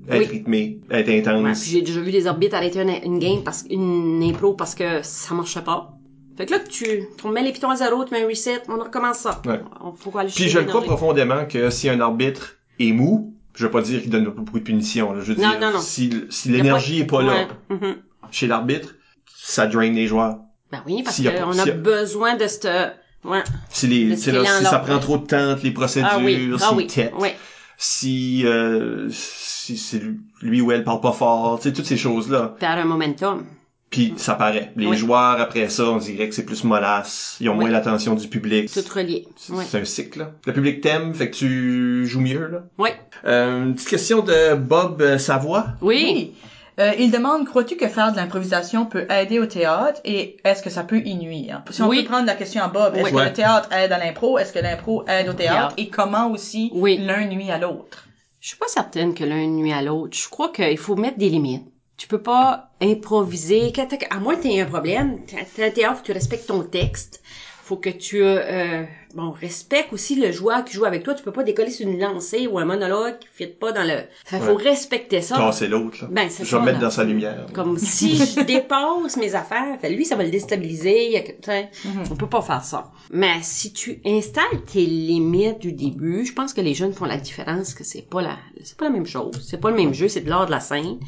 être Oui. rythmés, être Ouais, intenses. puis j'ai déjà vu les orbites arrêter une, une game parce une impro parce que ça marchait pas. Fait que là que tu, on met les pitons à zéro, tu mets un reset, on recommence ça. Ouais. On faut quoi aller Puis chercher je le une crois orbite. profondément que si un arbitre est mou, je veux pas dire qu'il donne pas beaucoup de punitions. là. Je veux Non, dire, non, non. si, si Il y a l'énergie est pas là Ouais. Mhm. chez l'arbitre, ça draine les joueurs. Ben oui, parce S'il y a pas- qu'on a, s'il y a- besoin de ce... Ouais. Si, les, Le tu sais, là, skill en si ça leur- prend trop de temps, les procédures, Ah oui, si ah oui, tête, oui. si, euh, si, si lui ou elle parle pas fort, tu sais, toutes ces choses-là. Perdre un momentum. Puis ça paraît. Les Oui. joueurs, après ça, on dirait que c'est plus mollasse. Ils ont Oui. moins l'attention du public. Tout relié. C'est Ouais. c'est un cycle. là. Le public t'aime, fait que tu joues mieux. Là. Ouais. Euh, une petite question de Bob euh, Savoie. Oui. Oui. Euh, il demande, crois-tu que faire de l'improvisation peut aider au théâtre et est-ce que ça peut y nuire? Si on Oui. peut prendre la question à Bob, est-ce Oui. que Ouais. le théâtre aide à l'impro? Est-ce que l'impro aide au théâtre? Théâtre. Et comment aussi Oui. l'un nuit à l'autre? Je suis pas certaine que l'un nuit à l'autre. Je crois qu'il faut mettre des limites. Tu peux pas improviser. Quand t'as- À moins que t'aies un problème, t'as- t'as un théâtre, faut que tu respectes ton texte. Faut que tu euh, euh, bon respectes aussi le joueur qui joue avec toi. Tu peux pas décoller sur une lancée ou un monologue qui fit pas dans le. Fait, faut Ouais. respecter ça. Tasser l'autre. là. Ben, c'est Je vais ça, mettre là. dans sa lumière. Comme si je dépasse mes affaires, fait, lui, ça va le déstabiliser. il y a que- tu sais, On peut pas faire ça. Mais si tu installes tes limites du début, je pense que les jeunes font la différence, que c'est pas la, c'est pas la même chose. C'est pas le même jeu, c'est de l'art de la scène.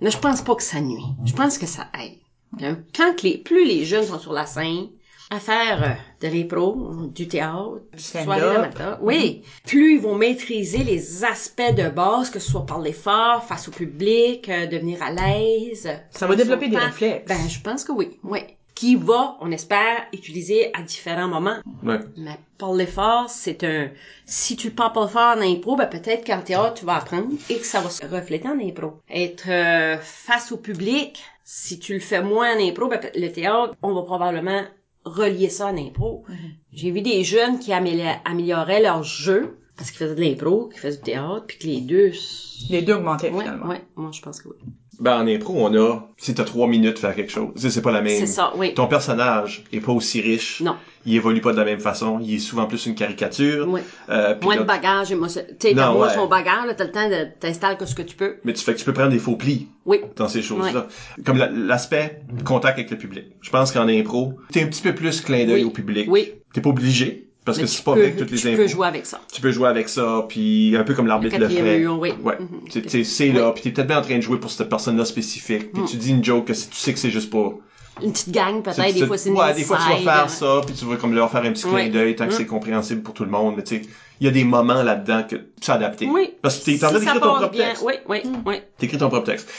Mais je pense pas que ça nuit. Je pense que ça aide. Euh, Quand que les, plus les jeunes sont sur la scène, à faire euh, de l'impro, du théâtre, du stand-up. soirée d'amateur, oui, plus ils vont maîtriser les aspects de base, que ce soit par l'effort, face au public, euh, devenir à l'aise. Ça va développer des Pas- réflexes. Ben, je pense que oui, oui. Qui va, on espère, utiliser à différents moments. Ouais. Mais par l'effort, c'est un... Si tu parles pas fort en impro, ben peut-être qu'en théâtre, tu vas apprendre et que ça va se refléter en impro. Être euh, face au public, si tu le fais moins en impro, ben, peut- le théâtre, on va probablement relier ça en impro. J'ai vu des jeunes qui améli- amélioraient leur jeu parce qu'ils faisaient de l'impro, qu'ils faisaient du théâtre, puis que les deux... s- Les deux augmentaient Ouais, finalement. ouais, moi je pense que oui. Ben, en impro, on a, si t'as trois minutes, faire quelque chose. Tu sais, c'est pas la même. C'est ça, oui. Ben, Ton personnage est pas aussi riche. Non. Il évolue pas de la même façon. Il est souvent plus une caricature. Ouais. Euh, puis Moins de là- bagage émotionnel. Tu sais, t'as Non, moins ouais. ton bagage, là, t'as le temps de t'installer que ce que tu peux. mais tu fais que tu peux prendre des faux plis Oui. dans ces choses-là. Comme la- l'aspect contact avec le public. Je pense qu'en impro, t'es un petit peu plus clin d'œil Oui. au public. Oui. T'es pas obligé. Parce Mais que tu c'est pas peux- avec toutes les Tu impros. peux jouer avec ça. Tu peux jouer avec ça, puis un peu comme l'arbitre Le le quatrième fait. mur, oui. Ouais. Mhm. Tu- tu sais, C'est là, puis t'es peut-être bien en train de jouer pour cette personne-là spécifique. Puis tu dis une joke que si tu sais que c'est juste pour Une petite gang, Tu- Hmm. peut-être, tu- des fois, c'est euh, une Ouais, des fois, tu vas inside. faire ça, puis tu vas comme leur faire un petit clin Ouais. d'œil tant que Mm. c'est compréhensible pour tout le monde. Mais tu sais, il y a des moments là-dedans que tu as adapté. Oui. Parce que t'es en train Si ça d'écrire ton passe propre bien, texte. Mm. Oui, oui, oui. T'écris ton propre texte.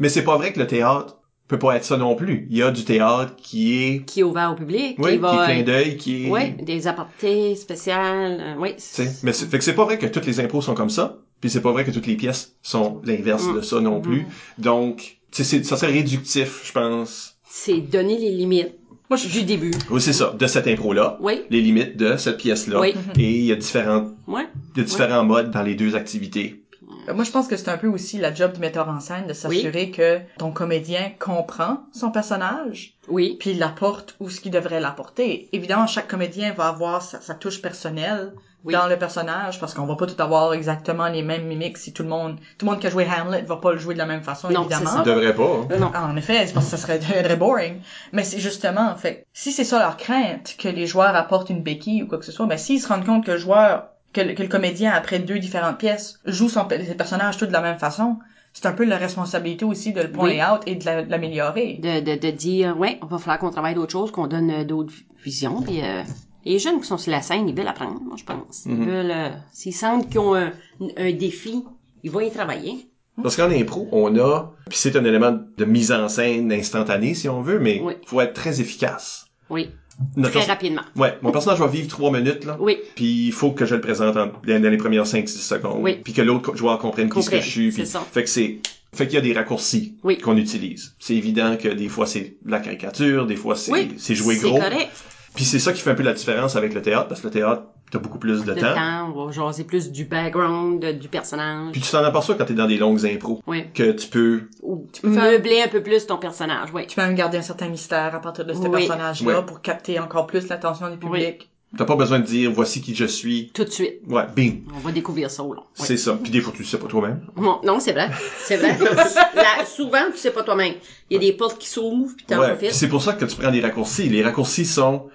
Mais c'est pas vrai que le théâtre peut pas être ça non plus. Il y a du théâtre qui est, Qui est ouvert au public, oui, qui va... qui est clin d'œil, qui est, Oui, des apartés spéciales, euh, oui. tu sais. Mais c'est, fait que c'est pas vrai que toutes les impôts sont comme ça. Puis c'est pas vrai que toutes les pièces sont l'inverse Mm. de ça non plus. Donc, tu sais, c'est- ça serait réductif, je pense. C'est donner les limites. Moi, je du début. Oui, c'est ça. De cette impro-là. Oui. Les limites de cette pièce-là. Oui. Et il y a différentes Ouais. Il y a différents modes dans les deux activités. Euh, Moi, je pense que c'est un peu aussi la job du metteur en scène de s'assurer que ton comédien comprend son personnage, Oui. puis l'apporte où ce qu'il devrait l'apporter. Évidemment, chaque comédien va avoir sa, sa touche personnelle Oui. dans le personnage, parce qu'on va pas tout avoir exactement les mêmes mimiques si tout le monde, tout le monde qui a joué Hamlet va pas le jouer de la même façon, Non, c'est évidemment. ça. devrait pas. hein. Euh, Non. En effet, c'est parce que ça serait (laughs) deviendrait boring. Mais c'est justement, en fait, si c'est ça leur crainte, que les joueurs apportent une béquille ou quoi que ce soit, ben s'ils se rendent compte que le joueur, que le, que le comédien, après deux différentes pièces, joue son, pe- ses personnages tous de la même façon, c'est un peu leur responsabilité aussi de le point Oui. out et de la- de l'améliorer. De, de, de dire, ouais, on va falloir qu'on travaille d'autres choses, qu'on donne euh, d'autres visions. Puis, euh, les jeunes qui sont sur la scène, ils veulent apprendre, moi, je pense. Ils Mhm. veulent... euh, S'ils sentent qu'ils ont un, un défi, ils vont y travailler. Parce qu'en impro, on a, puis c'est un élément de mise en scène instantanée si on veut, mais Oui. faut être très efficace. Oui. Notre Très perso- rapidement. Ouais, mon personnage va vivre trois minutes, là. Oui. Puis il faut que je le présente en- dans, dans les premières 5-10 secondes. Oui. Puis que l'autre co- joueur comprenne qui ce que Comprenne, je suis. c'est puis- ça. Fait que c'est... Fait qu'il y a des raccourcis Oui. qu'on utilise. C'est évident que des fois c'est de la caricature, des fois c'est Oui, c'est joué c'est gros. correct. Puis c'est ça qui fait un peu la différence avec le théâtre, parce que le théâtre, t'as beaucoup plus de, De temps. on va jaser plus du background, de- du personnage. Puis tu t'en aperçois quand t'es dans des longues impros. Oui. Que tu peux... Ou tu peux faire- meubler un peu plus ton personnage, oui. Tu peux même garder un certain mystère à partir de ce Oui. personnage-là Oui. pour capter encore plus l'attention du public. T'as pas besoin de dire, voici qui je suis. Tout de suite. Ouais, bing. On va découvrir ça au long. Oui. C'est ça. Puis des fois, tu le sais pas toi-même. Bon, non, c'est vrai. (laughs) C'est vrai. Là, souvent, tu sais pas toi-même. Il y a des portes qui s'ouvrent, puis t'en Ouais. Puis profites. C'est pour ça que tu prends des raccourcis. Les raccourcis sont,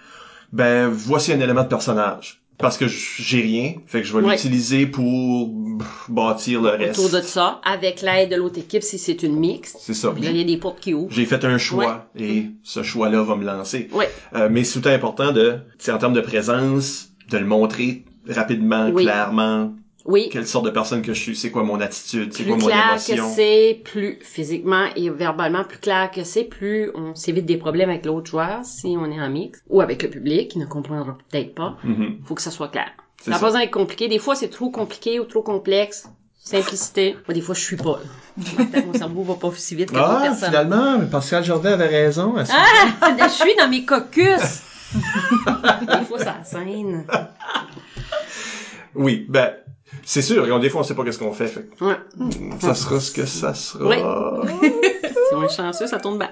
ben, voici un élément de personnage. Parce que j- j'ai rien, fait que je vais Ouais. l'utiliser pour pff, bâtir le reste. Autour de ça, avec l'aide de l'autre équipe, si c'est une mixte. C'est ça. Puis là, il y a des portes qui ouvrent. J'ai fait un choix et ce choix-là va me lancer. Oui. Euh, mais c'est tout important de, c'est en termes de présence, de le montrer rapidement, Oui. clairement, Oui. quelle sorte de personne que je suis, c'est quoi mon attitude, c'est Plus quoi mon clair que émotion. c'est, plus physiquement et verbalement plus clair que c'est, plus on s'évite des problèmes avec l'autre joueur si on est en mix ou avec le public qui ne comprendra peut-être pas. Mhm. Faut que ça soit clair. C'est Ça n'a ça. pas besoin d'être compliqué. Des fois, c'est trop compliqué ou trop complexe. Simplicité. Moi, des fois, je suis pas. là. Mon cerveau va pas aussi vite que d'autres Ah, personnes. finalement, Pascal Jardin avait raison. à ce- Ah! Je suis dans mes caucus! des fois, ça scène. Oui, ben, c'est sûr. et on- Des fois, on sait pas qu'est-ce qu'on fait. fait que Ouais. ça sera ce que ça sera. Oui. Si on est chanceux, ça tourne bien.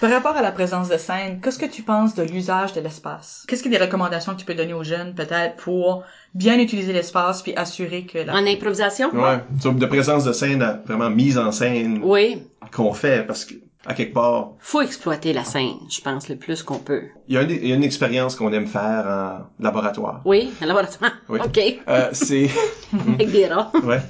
Par rapport à la présence de scène, qu'est-ce que tu penses de l'usage de l'espace? Qu'est-ce que des recommandations que tu peux donner aux jeunes, peut-être, pour bien utiliser l'espace puis assurer que la... En improvisation? Ouais, tu vois, de présence de scène, à vraiment mise en scène Oui. qu'on fait, parce que à quelque part, Faut exploiter la scène, je pense, le plus qu'on peut. il y a une, il y a une expérience qu'on aime faire en laboratoire. Oui, un (laughs) laboratoire. Oui. OK. Euh, c'est (laughs) Avec des rats. ouais,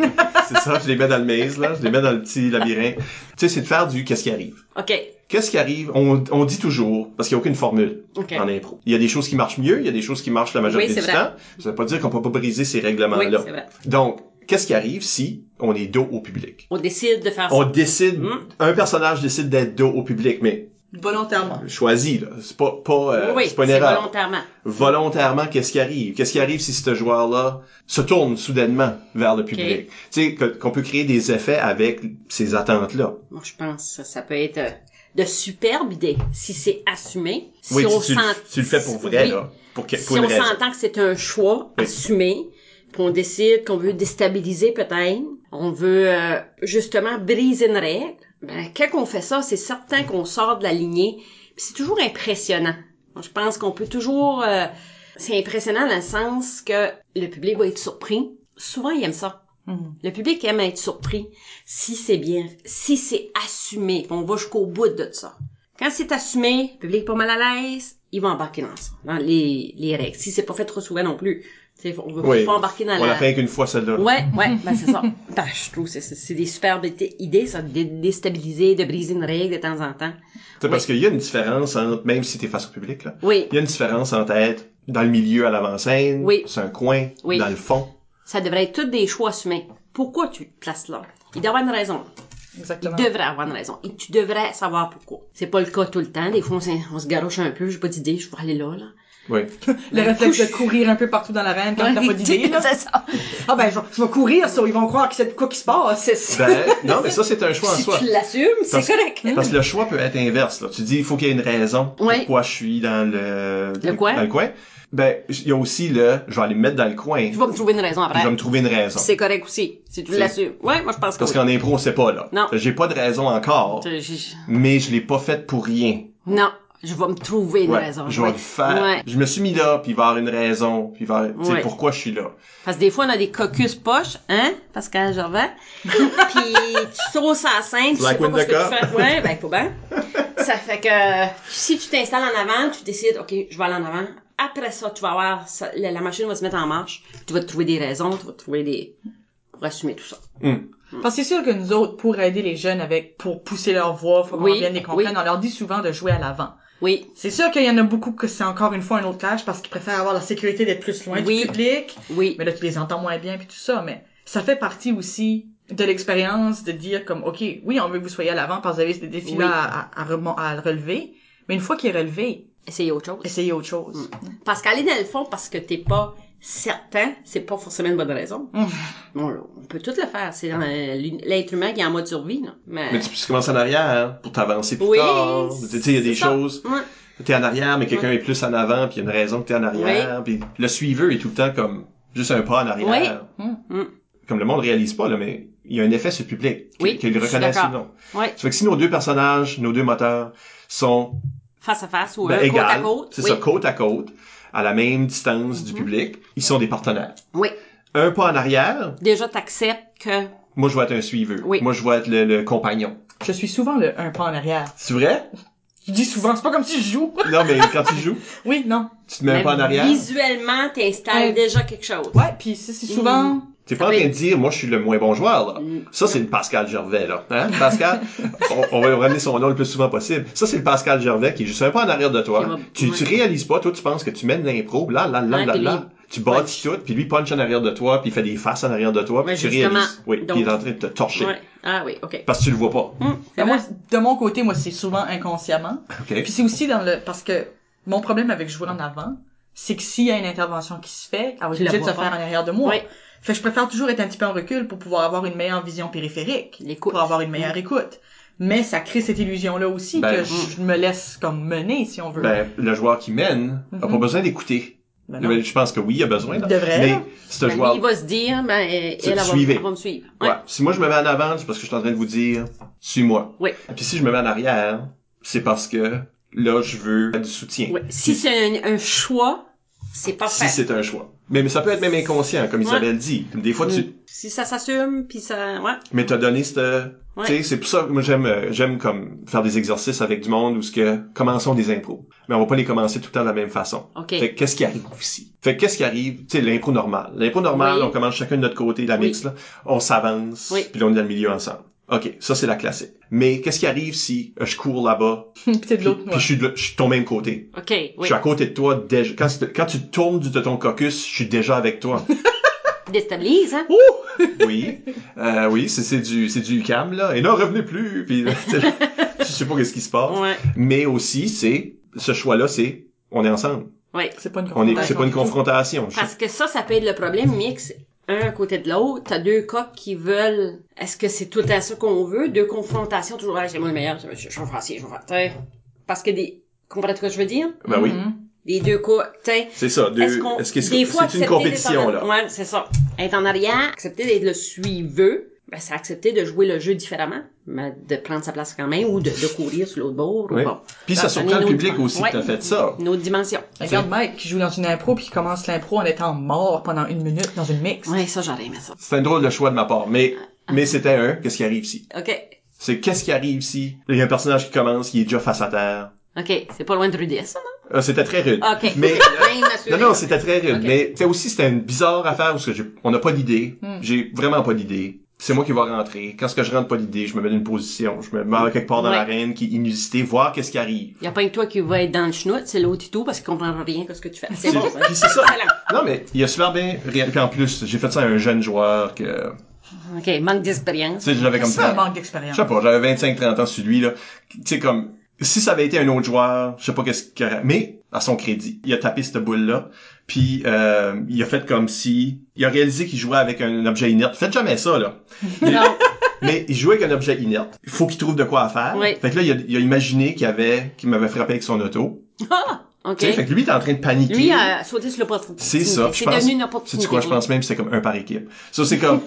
c'est ça. Je les mets dans le maze là, je les mets dans le petit labyrinthe. Tu sais, c'est de faire du qu'est-ce qui arrive. OK. Qu'est-ce qui arrive On, on dit toujours parce qu'il n'y a aucune formule OK. en impro. Il y a des choses qui marchent mieux, il y a des choses qui marchent la majorité Oui, c'est du vrai. temps. Ça veut pas dire qu'on peut pas briser ces règlements Oui, là. c'est vrai. Donc, qu'est-ce qui arrive si on est dos au public On décide de faire ça. On décide, Mm. un personnage décide d'être dos au public, mais Volontairement. choisi là. c'est pas pas euh, oui, c'est pas une c'est erreur volontairement. volontairement qu'est-ce qui arrive qu'est-ce qui arrive si ce joueur là se tourne soudainement vers le public tu sais que- qu'on peut créer des effets avec ces attentes là Moi, je pense que ça peut être euh, de superbes idées si c'est assumé. Si oui on tu, tu- sent... tu le fais pour vrai Oui. là pour, que- Si pour une on raison s'entend que c'est un choix Oui. assumé, puis on décide qu'on veut déstabiliser peut-être, on veut euh, justement briser une règle, ben, quand on fait ça, c'est certain qu'on sort de la lignée. Puis c'est toujours impressionnant. Moi, Je pense qu'on peut toujours... euh, c'est impressionnant dans le sens que le public va être surpris. Souvent, il aime ça. Mhm. Le public aime être surpris si c'est bien, si c'est assumé. puis On va jusqu'au bout de ça. Quand c'est assumé, le public est pas mal à l'aise, il va embarquer dans ça, dans les, les règles. Si c'est pas fait trop souvent non plus, tu sais, on veut oui pas embarquer dans on la... l'a fait qu'une fois celle-là Ouais, ouais, ben c'est ça. Ben, je trouve que c'est- c'est c'est des superbes idées- idées, ça, de dé- déstabiliser, de briser une règle de temps en temps. Tu sais, parce qu'il y a une différence entre même si t'es face au public là Oui, il y a une différence entre être dans le milieu à l'avant-scène Oui. c'est un coin Oui. dans le fond ça devrait être tous des choix assumés. Pourquoi tu te places là? Il doit y avoir une raison. Il Exactement. devrait avoir une raison. Et tu devrais savoir pourquoi. C'est pas le cas tout le temps. Des fois, on, s'en- on se garoche un peu. J'ai pas d'idée. Je vais aller là, là. oui (laughs) Le réflexe de courir un peu partout dans l'arène quand t'as pas d'idée, là. C'est ça. Ah ben, je, je vais courir, ça, ils vont croire que c'est de quoi qui se passe. C'est ça. Ben, non mais ça c'est un choix en si soi tu l'assumes, c'est Parce- correct. Parce que le choix peut être inverse. Là. Tu dis, il faut qu'il y ait une raison Ouais. pourquoi je suis dans le, Le coin. dans le coin. Ben, il y a aussi le, je vais aller me mettre dans le coin, Je puis vais me trouver une raison je vais après. me trouver une raison. C'est correct aussi. Si tu C'est- l'assumes. Ouais, moi, je pense que Parce oui. qu'en impro, on sait pas, là. Non. J'ai pas de raison encore, Je- je- mais je l'ai pas faite pour rien. Non. Je vais me trouver une Ouais. raison. Je vais Ouais. le faire. Ouais. Je me suis mis là, puis il va y avoir une raison, puis il va y avoir- tu sais, Ouais. pourquoi je suis là. Parce que des fois, on a des caucus poches, hein, Pascal Gervais. Puis tu sautes à la scène, tu Like sais pas when quoi ce the que tu cop. fais. Ouais, ben, (laughs) faut bien. Ça fait que si tu t'installes en avant, tu décides, OK, je vais aller en avant. Après ça, tu vas avoir, ça- la, la machine va se mettre en marche. Tu vas te trouver des raisons, tu vas te trouver des... pour assumer tout ça. Parce que c'est sûr que nous autres, pour aider les jeunes avec, pour pousser leur voix, faut qu'on Oui, vienne les comprendre, oui. on leur dit souvent de jouer à l'avant. Oui, C'est sûr qu'il y en a beaucoup que c'est encore une fois un autre clash parce qu'ils préfèrent avoir la sécurité d'être plus loin Oui. du public. oui. Mais là, tu les entends moins bien puis tout ça, mais ça fait partie aussi de l'expérience de dire comme, OK, oui, on veut que vous soyez à l'avant parce que vous avez des défis-là Oui. à, à, à remon- à relever. Mais une fois qu'il est relevé, essayer autre chose. Essayer autre chose. Parce qu'aller dans le fond parce que t'es pas certain, c'est pas forcément une bonne raison. Mm. Bon, on peut tout le faire. C'est dans l'être humain qui est en mode survie, là. Mais, Mais tu peux commencer en arrière hein, pour t'avancer plus Oui, tard. Tu sais, il y a des c'est ça. choses. Ouais. T'es en arrière, mais quelqu'un est plus en avant, puis il y a une raison que t'es en arrière. Puis le suiveur est tout le temps comme juste un pas en arrière. Mm. Comme le monde réalise pas, là, mais il y a un effet sur le public. qu'il- Oui, Qu'il je suis reconnaisse ou d'accord. non. Ouais. Ça fait que si nos deux personnages, nos deux moteurs, sont Face à face ou ben, euh, côte à égales, côte. c'est oui. Mhm. ça, côte à côte, à la même distance du public, ils sont des partenaires. Oui. Un pas en arrière, Déjà, t'acceptes que moi je vais être un suiveur. Oui. Moi je vais être le, le compagnon. Je suis souvent le un pas en arrière. C'est vrai? Je dis souvent, c'est pas comme si je joue. Non, mais quand tu joues, oui, non. tu te mets un même pas en arrière. visuellement, t'installes Ouais. déjà quelque chose. Ouais, puis c'est c'est souvent... T'es pas en train de dire, moi, je suis le moins bon joueur, là. Ah, Mm. Ça, c'est le Pascal Gervais, là. Hein? (laughs) Pascal, on, on va ramener son nom le plus souvent possible. Ça, c'est le Pascal Gervais qui est juste un pas en arrière de Il toi. va- Tu, tu ouais. réalises pas, toi, tu penses que tu mènes l'impro, là, là, là, Ouais, là, puis là. lui, Tu bâtis tout, puis lui punch en arrière de toi, puis il fait des faces en arrière de toi, puis Ouais, tu justement. réalises. Oui, Donc- puis il est en train de te torcher. Ouais. Ah oui, ok. Parce que tu le vois pas. Hmm, Ben, c'est moi, vrai. de mon côté, moi, c'est souvent inconsciemment. OK? Puis c'est aussi dans le... Parce que mon problème avec jouer en avant, c'est que s'il y a une intervention qui se fait, Ah elle va être Tu obligée la de se vois pas. faire en arrière de moi. Oui. Fait que je préfère toujours être un petit peu en recul pour pouvoir avoir une meilleure vision périphérique. L'écoute. Pour avoir une meilleure écoute. Mais ça crée cette illusion-là aussi Ben, que je me laisse comme mener, si on veut. Ben, le joueur qui mène a Mm-hmm. pas Mhm. besoin d'écouter. Ben non. Mais je pense que oui, il a besoin. là. Devrait, Mais là. c'est un Ben, joueur lui, il va se dire, ben, elle, Se- elle, elle va, suivez. elle va me suivre. Ouais. Ouais. Si moi je me mets en avant, c'est parce que je suis en train de vous dire, suis-moi. Oui. Puis si je me mets en arrière, c'est parce que là je veux du soutien. Ouais. Si c'est un, un choix, c'est parfait. Si Si, c'est un choix. Mais, mais ça peut être même inconscient, comme Ouais. Mm. Isabelle dit. Comme Des fois tu, ça s'assume, puis ça, ouais. mais t'as donné cette, Ouais. tu sais, c'est pour ça que moi j'aime, euh, j'aime comme faire des exercices avec du monde où ce que commençons des impros, mais on va pas les commencer tout le temps de la même façon. Ok. Fait que qu'est-ce qui arrive aussi? Fait que qu'est-ce qui arrive? Tu sais, l'impro normale. L'impro normale, Oui. on commence chacun de notre côté, la Oui. mix, là. On s'avance, Oui. puis là, on est dans le milieu ensemble. OK, ça, c'est la classique. Mais qu'est-ce qui arrive si euh, je cours là-bas, (laughs) Puis c'est de puis, l'autre, puis moi. je, suis de, je suis de ton même côté? Ok, Je oui. suis à côté de toi, déjà. Quand, c'est- quand tu tournes du- de ton caucus, je suis déjà avec (laughs) toi. Déstabilise, hein. oui, Euh, oui, c'est c'est du, c'est du cam, là. Et non, revenez plus! (laughs) Puis, tu sais, je sais pas qu'est-ce qui se passe. Ouais. Mais aussi, c'est, ce choix-là, c'est, on est ensemble. Ouais. C'est pas une On est, confrontation c'est pas une du tout. confrontation. Je- Parce que ça, ça peut être le problème mix. Un à côté de l'autre, t'as deux coqs qui veulent. Est-ce que c'est tout à ça qu'on veut? Deux confrontations, toujours, ah, c'est moi le meilleur, je je suis un français, je suis un français. Parce que des, comprends-tu ce que je veux dire? Ben oui. Mhm. Les deux coqs, t'sais. C'est ça. Deux, Est-ce qu'on, est-ce que des c'est fois, c'est une accepter compétition, d'être là? en- Ouais, c'est ça. Être en arrière, accepter d'être le suiveux, ben, c'est accepter de jouer le jeu différemment, mais de prendre sa place quand même, ou de, de courir sur l'autre bord, Oui. ou bon. Puis ça Ben, surprend on est le une autre public dimension. aussi que Ouais. t'as fait ça. Une autre dimension. Regarde Mike qui joue dans une impro puis qui commence l'impro en étant mort pendant une minute dans une mix. Ouais, ça, j'aurais aimé ça. C'est un drôle de choix de ma part, mais, Ah. mais c'était un, qu'est-ce qui arrive ici? OK. C'est qu'est-ce qui arrive ici? Il y a un personnage qui commence, il est déjà face à terre. OK. C'est pas loin de Rudy, ça, non? Euh, c'était très rude. OK. (laughs) Mais, Bien assuré. non, non, c'était très rude. Ok. Mais, tu sais, aussi, c'était une bizarre affaire parce que j'ai, on n'a pas d'idée. Hmm. J'ai vraiment pas d'idée. C'est moi qui vais rentrer. Quand ce que je rentre pas d'idée, je me mets dans une position. Je me mets quelque part dans Ouais. l'arène qui est inusitée, voir qu'est-ce qui arrive. Y a pas que toi qui va être dans le chenoute, c'est l'autre et tout, parce qu'il comprend rien que ce que tu fais. C'est bon, ça. Puis c'est (laughs) ça. Excellent. Non, mais il a super bien réagi. Puis en plus, j'ai fait ça à un jeune joueur que, OK. Manque d'expérience. tu sais, j'avais comme C'est un ça. manque Je d'expérience. sais pas, j'avais 25-30 ans sur lui, là. Tu sais, comme, si ça avait été un autre joueur, je sais pas qu'est-ce qu'il aurait... Mais, à son crédit, il a tapé cette boule-là, puis euh, il a fait comme si... Il a réalisé qu'il jouait avec un objet inerte. Faites jamais ça, (laughs) là. Non. Mais il jouait avec un objet inerte. Il faut qu'il trouve de quoi à faire. Oui. Fait que là, il a, il a imaginé qu'il avait... qu'il m'avait frappé avec son auto. OK. Tu sais, fait que lui, il est en train de paniquer. Lui euh, a sauté sur l'opportunité. C'est ça. C'est devenu une opportunité. C'est quoi, je pense même que c'est comme un par équipe. Ça, c'est (laughs) comme...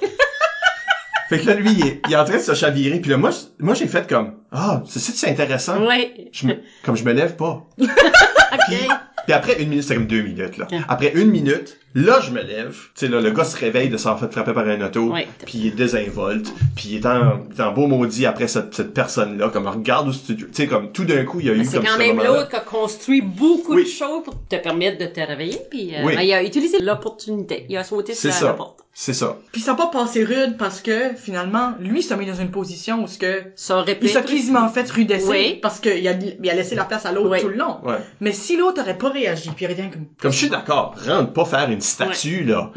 fait que là, lui, il est, il est en train de se chavirer. Puis là, moi, je- moi j'ai fait comme... Ah, ceci, c'est intéressant. Oui. Je me- comme je me lève pas. OK. Puis après une minute, c'est comme deux minutes, là. Yeah. Après une minute, là, je me lève. Tu sais, là, le gars se réveille de s'en faire frapper par un auto. Ouais. Puis il est désinvolte. Puis il est en, il est en beau maudit après cette, cette personne-là. Comme, regarde où c'est- tu sais, comme, tout d'un coup, il y a eu Mais C'est comme quand ce même moment-là. l'autre qui a construit beaucoup Oui. de choses pour te permettre de te réveiller. Puis, euh, Oui. ben, il a utilisé l'opportunité. Il a sauté sur C'est la, la ça. porte. C'est ça. Puis ça n'a pas passé rude parce que finalement, lui s'est mis dans une position où ce que Ça aurait pu il s'est être- quasiment fait rudesser Ben, Oui. parce qu'il a, il a laissé la place à l'autre Oui. tout le long. Ouais. Mais si l'autre aurait pas réagi, puis il aurait dit comme (laughs) Comme je suis d'accord, rentre pas faire une statue, là.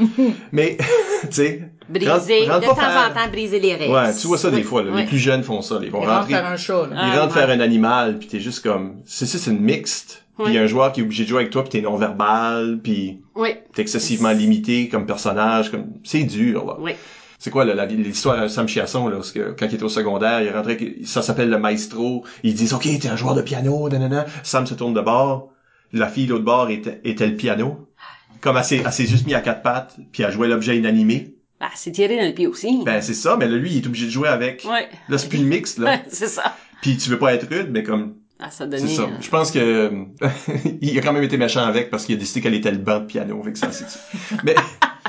Mais, (laughs) tu sais, Briser, Rentre- rentre de pas temps faire- en temps, briser les règles. Ouais, tu vois ça des fois, là. Ouais. Les plus jeunes font ça. Ils vont Ils rentrent rentrer. faire un show, là. Ah, Il rentre ouais. faire un animal, puis t'es juste comme... C'est ça, c'est une mixte. Puis il y a un joueur qui est obligé de jouer avec toi, puis t'es non-verbal, puis Oui, t'es excessivement limité comme personnage. comme C'est dur, là. oui. C'est quoi là, la- l'histoire de Sam Chiasson, là, parce que quand il était au secondaire, il rentrait, avec- ça s'appelle le maestro, ils disent « Ok, t'es un joueur de piano, nanana. » Sam se tourne de bord, la fille l'autre bord était, était le piano. Comme elle s'est elle s'est juste mis à quatre pattes, puis elle jouait l'objet inanimé. Bah, c'est tiré dans le pied aussi. Ben c'est ça, mais là, lui, il est obligé de jouer avec. Ouais. Là, c'est plus le mix, là. (laughs) c'est ça. Puis tu veux pas être rude, mais comme Ah, ça donnait. c'est ça. euh, Je pense que (laughs) euh, il a quand même été méchant avec parce qu'il a décidé qu'elle était le banc de piano, avec ça. c'est- (laughs) mais là,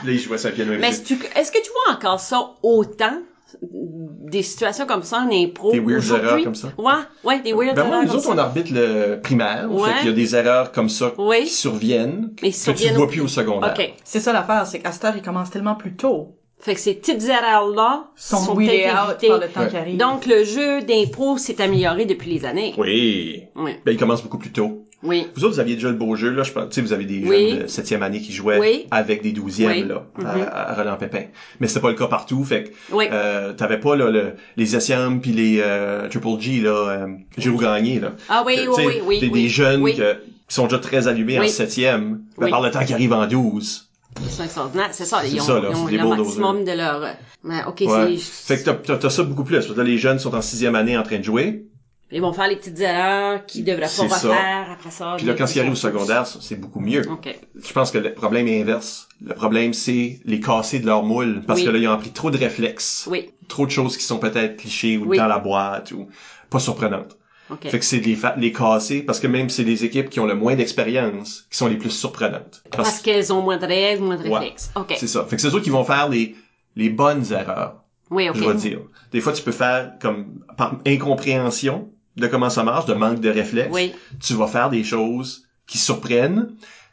il jouait sa piano. Mais est-ce que, est-ce que tu vois encore ça autant euh, des situations comme ça en impro Des weird aujourd'hui? erreurs comme ça? Ouais, ouais, des weird Ben moi, erreurs nous comme autres, ça. on arbitre le primaire. Fait Ouais. qu'il y a des erreurs comme ça Oui. qui surviennent. Mais ils que tu surviennent vois au- plus au secondaire. OK. C'est ça l'affaire, c'est qu'à cette heure, ils commencent tellement plus tôt. Fait que ces petites erreurs-là Ils sont sont wheelés peut-être out évitées. par le temps Ouais. qui arrive. Donc, le jeu d'impro s'est amélioré depuis les années. Oui. Oui. Ben, il commence beaucoup plus tôt. Oui. Vous autres, vous aviez déjà le beau jeu, là. Je pense, tu sais, vous avez des Oui. jeunes de septième année qui jouaient Oui. avec des douzièmes, Oui. là, à- Mhm. à, Roland Pépin. Mais c'était pas le cas partout. Fait que, Oui. euh, t'avais pas, là, le- les SM puis les, euh, Triple G, là, euh, Giroud Gagné, là. Ah oui, Que, oui, tu sais, oui, oui. Des, oui. des jeunes Oui. que- qui sont déjà très allumés en Oui. septième. Mais Oui. par le temps qu'ils arrivent en douze. C'est extraordinaire. C'est ça, C'est ils ont, ça, là, ils c'est ont des le bulldozers. maximum de leur... euh, Mais, OK, Ouais. c'est... Fait que t'as- t'as, t'as ça beaucoup plus. Là, les jeunes sont en sixième année en train de jouer. Ils vont faire les petites erreurs qu'ils devraient C'est pas ça. refaire après ça. Puis là, quand ils arrivent au secondaire, ça, c'est beaucoup mieux. OK. Je pense que le problème est inverse. Le problème, c'est les casser de leur moule. Parce Oui. que là, ils ont appris trop de réflexes. Oui. Trop de choses qui sont peut-être clichés ou Oui. dans la boîte ou pas surprenantes. OK. Fait que c'est de les, fa- les casser parce que même c'est les équipes qui ont le moins d'expérience qui sont les plus surprenantes. Parce, Parce qu'elles ont moins de règles, moins de Ouais. réflexes. OK. c'est ça. Fait que c'est eux qui vont faire les, les bonnes erreurs. Oui, OK. Je vais le dire. Des fois, tu peux faire comme par incompréhension de comment ça marche, de manque de réflexe. Oui. Tu vas faire des choses qui surprennent,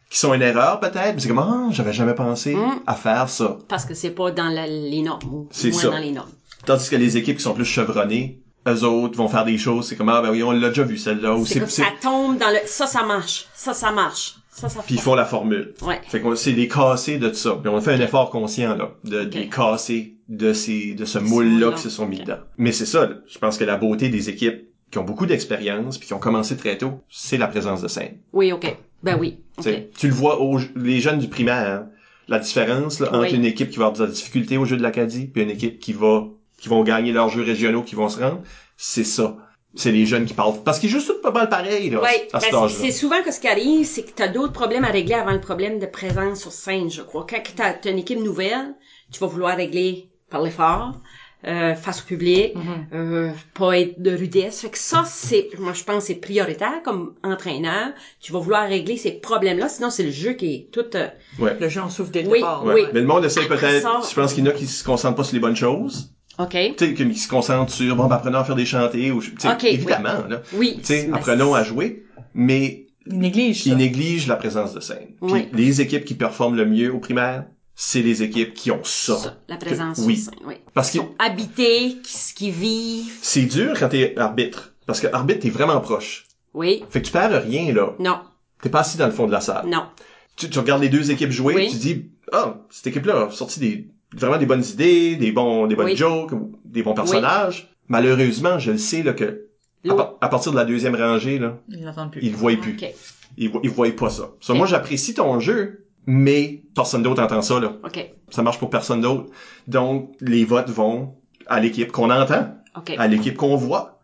qui sont une erreur peut-être, mais c'est comme ah, j'avais jamais pensé Mm. à faire ça. Parce que c'est pas dans la- les normes. ou C'est moins ça. dans les normes. Tandis que les équipes qui sont plus chevronnées, eux autres vont faire des choses, c'est comme ah ben oui, on l'a déjà vu celle-là ou C'est c'est comme ça tombe dans le... Ça, ça marche. Ça, ça marche. Ça, ça... puis ils font la formule. Ouais. Fait qu'on c'est les casser de ça. Puis on a fait un effort conscient là, de Ok. les casser de ces de ce moule là moule-là. qui se sont mis Ok. dedans. Mais c'est ça, là. je pense que la beauté des équipes qui ont beaucoup d'expérience puis qui ont commencé très tôt, c'est la présence de scène. Oui, OK. Ben oui. Tu OK. sais, Tu le vois aux les jeunes du primaire, hein, la différence là, entre Oui. une équipe qui va avoir de la difficulté au jeu de l'Acadie puis une équipe qui va qui vont gagner leurs jeux régionaux qui vont se rendre, c'est ça. C'est les jeunes qui parlent parce qu'ils jouent tous pas mal pareil là, Ouais, à cet ben, âge c'est souvent que ce qui arrive, c'est que t'as d'autres problèmes à régler avant le problème de présence sur scène, je crois. Quand t'as t'as une équipe nouvelle, tu vas vouloir régler par l'effort, euh, face au public, Mhm. euh, pas être de rudesse. Fait que ça, c'est, moi, je pense, que c'est prioritaire comme entraîneur. Tu vas vouloir régler ces problèmes-là, sinon c'est le jeu qui est tout. euh, Ouais. Le jeu en souffle dès le Oui. départ. Ouais. Ah Oui. Mais le monde essaie Après peut-être, ça- je pense qu'il y en a qui se concentrent pas sur les bonnes choses. Ok. tu sais, qui se concentre sur, bon, ben, apprenons à faire des chantés, ou, tu sais, Ok, évidemment, là. Oui. Tu sais, Ben, apprenons à jouer, mais Ils négligent ça. ils négligent la présence de scène. Puis Oui. les équipes qui performent le mieux au primaire, c'est les équipes qui ont ça. ça, la présence Oui. sur scène, oui. Parce que Habiter, qui, ce qui vit, c'est dur quand t'es arbitre. Parce que arbitre, t'es vraiment proche. oui. Fait que tu perds rien, là. Non, T'es pas assis dans le fond de la salle. non. tu, tu regardes les deux équipes jouer, Oui. tu dis ah cette équipe là a sorti des vraiment des bonnes idées, des bons des bonnes Oui. jokes, ou des bons personnages. Malheureusement, je le sais là que à, L'autre. par- à partir de la deuxième rangée là, Ils l'entendent plus. ils le voient plus, Ok, ils, vo- ils voient pas ça. So, Ok. Moi, j'apprécie ton jeu, mais personne d'autre entend ça là. ok, Ça marche pour personne d'autre. Donc les votes vont à l'équipe qu'on entend, ok. à l'équipe qu'on voit.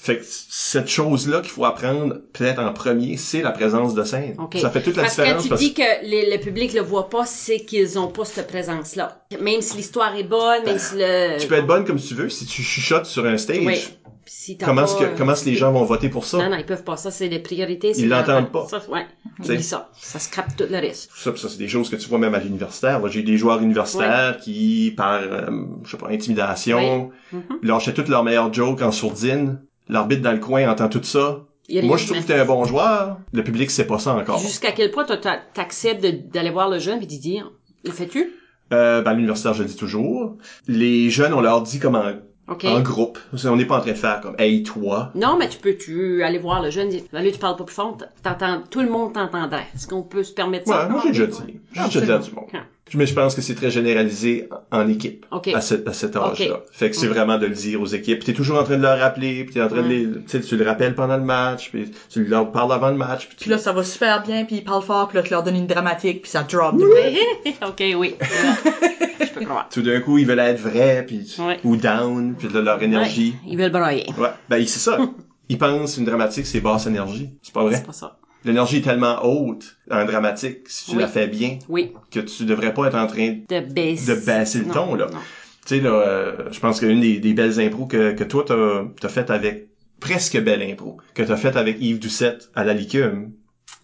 Fait que c- cette chose-là qu'il faut apprendre peut-être en premier, c'est la présence de scène. Ok. Ça fait toute la parce différence. que tu parce dis que les- le public le voit pas, c'est qu'ils ont pas cette présence-là. Même si l'histoire est bonne, même si le... Ben, Tu peux être bonne comme tu veux si tu chuchotes sur un stage. Oui. Si t'as Comment pas, est-ce que euh, comment est-ce que les gens vont voter pour Non, ça non, ils peuvent pas. Ça, c'est les priorités. c'est Ils l'entendent l'entente. pas. Ça, ouais. sais. Oublie ça. Ça scrape tout le reste. Ça, ça, c'est des choses que tu vois même à l'universitaire. là. J'ai eu des joueurs universitaires qui, par, euh, je sais pas, intimidation, Mhm. lâchaient toutes leurs meilleures jokes en sourdine. L'arbitre dans le coin entend tout ça. Il Moi, rit, je trouve mais- que t'es un bon joueur. Le public sait pas ça encore. Jusqu'à quel point toi, t'a- t'acceptes de- d'aller voir le jeune et d'y dire, le fais-tu? Euh, ben, à l'universitaire, je le dis toujours. Les jeunes, on leur dit comme en, OK. en groupe. On n'est pas en train de faire comme « Hey, toi! Non, mais tu peux tu aller voir le jeune, dire, Valu, tu parles pas plus fort, t'entends, tout le monde t'entendrait. Est-ce qu'on peut se permettre » Ouais, ça? moi, j'ai déjà dit. J'ai déjà dit à du monde. Mais je pense que c'est très généralisé en équipe OK. à, cet- à cet âge-là. Ok. Fait que c'est Mm. vraiment de le dire aux équipes. Puis t'es toujours en train de leur rappeler, puis t'es en train de les, tu sais, tu le rappelles pendant le match, puis tu leur parles avant le match, puis Puis tu là, ça va super bien, puis ils parlent fort, puis là, tu leur donnes une dramatique, puis ça drop. de ok, (laughs) oui. Je peux croire. tout d'un coup ils veulent être vrais, puis Ouais. ou down, puis de leur énergie. Ouais, ils veulent broyer. Ouais. Ben c'est ça. Ils pensent une dramatique c'est basse énergie. C'est pas vrai. C'est pas ça. L'énergie est tellement haute en dramatique si tu Oui. la fais bien Oui. que tu devrais pas être en train De de baisser. baisser le Non, ton là. non. Tu sais, là, euh, je pense qu'une des, des belles impros que, que toi, t'as as fait avec, presque belle impro, que t'as fait avec Yves Doucette à la Licume,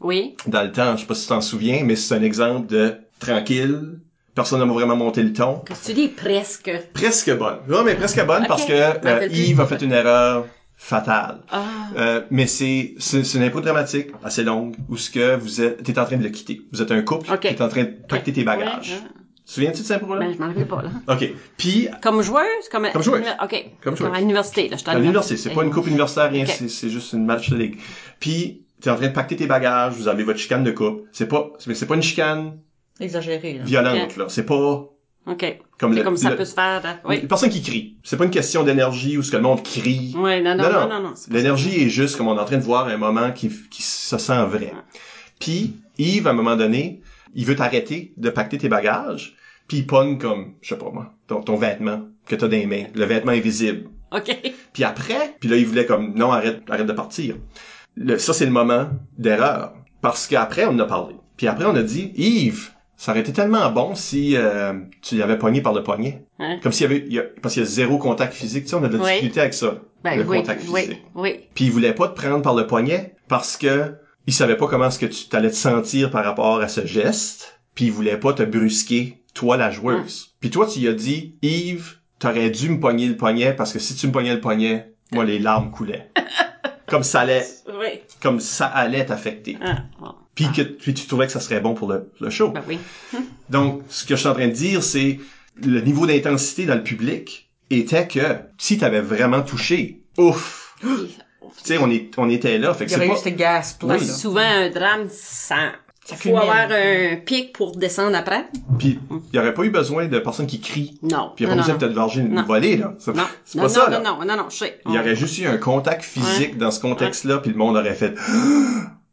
Oui. dans le temps, je sais pas si tu t'en souviens, mais c'est un exemple de tranquille, personne n'a vraiment monté le ton. Qu'est-ce que tu dis presque? Presque bonne. Non, mais presque bonne Ok. parce que euh, Rappelle plus. Yves a fait une erreur fatale. Ah. Euh, mais c'est c'est c'est une impro dramatique assez longue où ce que vous êtes t'es en train de le quitter vous êtes un couple Ok. t'es en train de pacter tes bagages Ouais, ouais. Tu te souviens-tu de cette impro là Ben, je m'en rappelle pas, là. ok puis Comme joueuse? Comme, Comme joueuse. OK. Comme joueuse. À l'université, là. J'étais À l'université, c'est pas une coupe universitaire, rien, Ok. c'est- c'est juste une match de ligue. Puis, t'es en train de pacter tes bagages, vous avez votre chicane de coupe. C'est pas, mais c'est pas une chicane Exagéré, là. violente, Ok. là. C'est pas OK. comme C'est le- comme ça le- peut se faire. là. une Oui. personne qui crie. C'est pas une question d'énergie ou ce que le monde crie. Oui, non, non, non, non, non. c'est pas L'énergie est juste comme on est en train de voir un moment qui, qui se sent vrai. Puis, Yves, à un moment donné, il veut t'arrêter de pacter tes bagages, puis il pogne comme, je sais pas moi, ton, ton vêtement que t'as dans les mains, le vêtement invisible. ça. OK. Puis après, puis là, il voulait comme, non, arrête, arrête de partir. Le- ça, c'est le moment d'erreur. Parce qu'après, on en a parlé. Puis après, on a dit, Yves, ça aurait été tellement bon si euh, tu l'avais pogné par le poignet. Hein? Comme s'il y avait, il y a- parce qu'il y a zéro contact physique, tu sais, on a de la Oui. difficulté avec ça. Ben, le oui, contact physique. oui, oui. Puis il voulait pas te prendre par le poignet parce que il savait pas comment est-ce que tu t'allais te sentir par rapport à ce geste. Puis il voulait pas te brusquer, toi la joueuse. Ah. Puis toi tu lui as dit Yves, t'aurais dû me pogner le poignet parce que si tu me pognais le poignet, moi les larmes (laughs) coulaient. comme ça allait, Oui. comme ça allait t'affecter. Ah, bon. Puis que puis tu trouvais que ça serait bon pour le, le show. Ah. Ben (gasps) oui. Donc, ce que je suis en train de dire, c'est le niveau d'intensité dans le public était que si t'avais vraiment touché, ouf, tu sais, on, est, on était là. Fait que Il y aurait c'est pas... eu ce gasp, là. Oui. là. Ben, Souvent, un drame, ça... Ça faut culmine. avoir euh, un pic pour descendre après? Puis, il y aurait pas eu besoin de personnes qui crient. Non. Puis, il y aurait pas non, non, besoin de te non. varger une Non. volée, là. C'est Non, c'est non, pas ça, non, là. non, non, non, non, je sais. Il y aurait juste eu un contact physique dans ce contexte-là, puis le monde aurait fait... (gasps)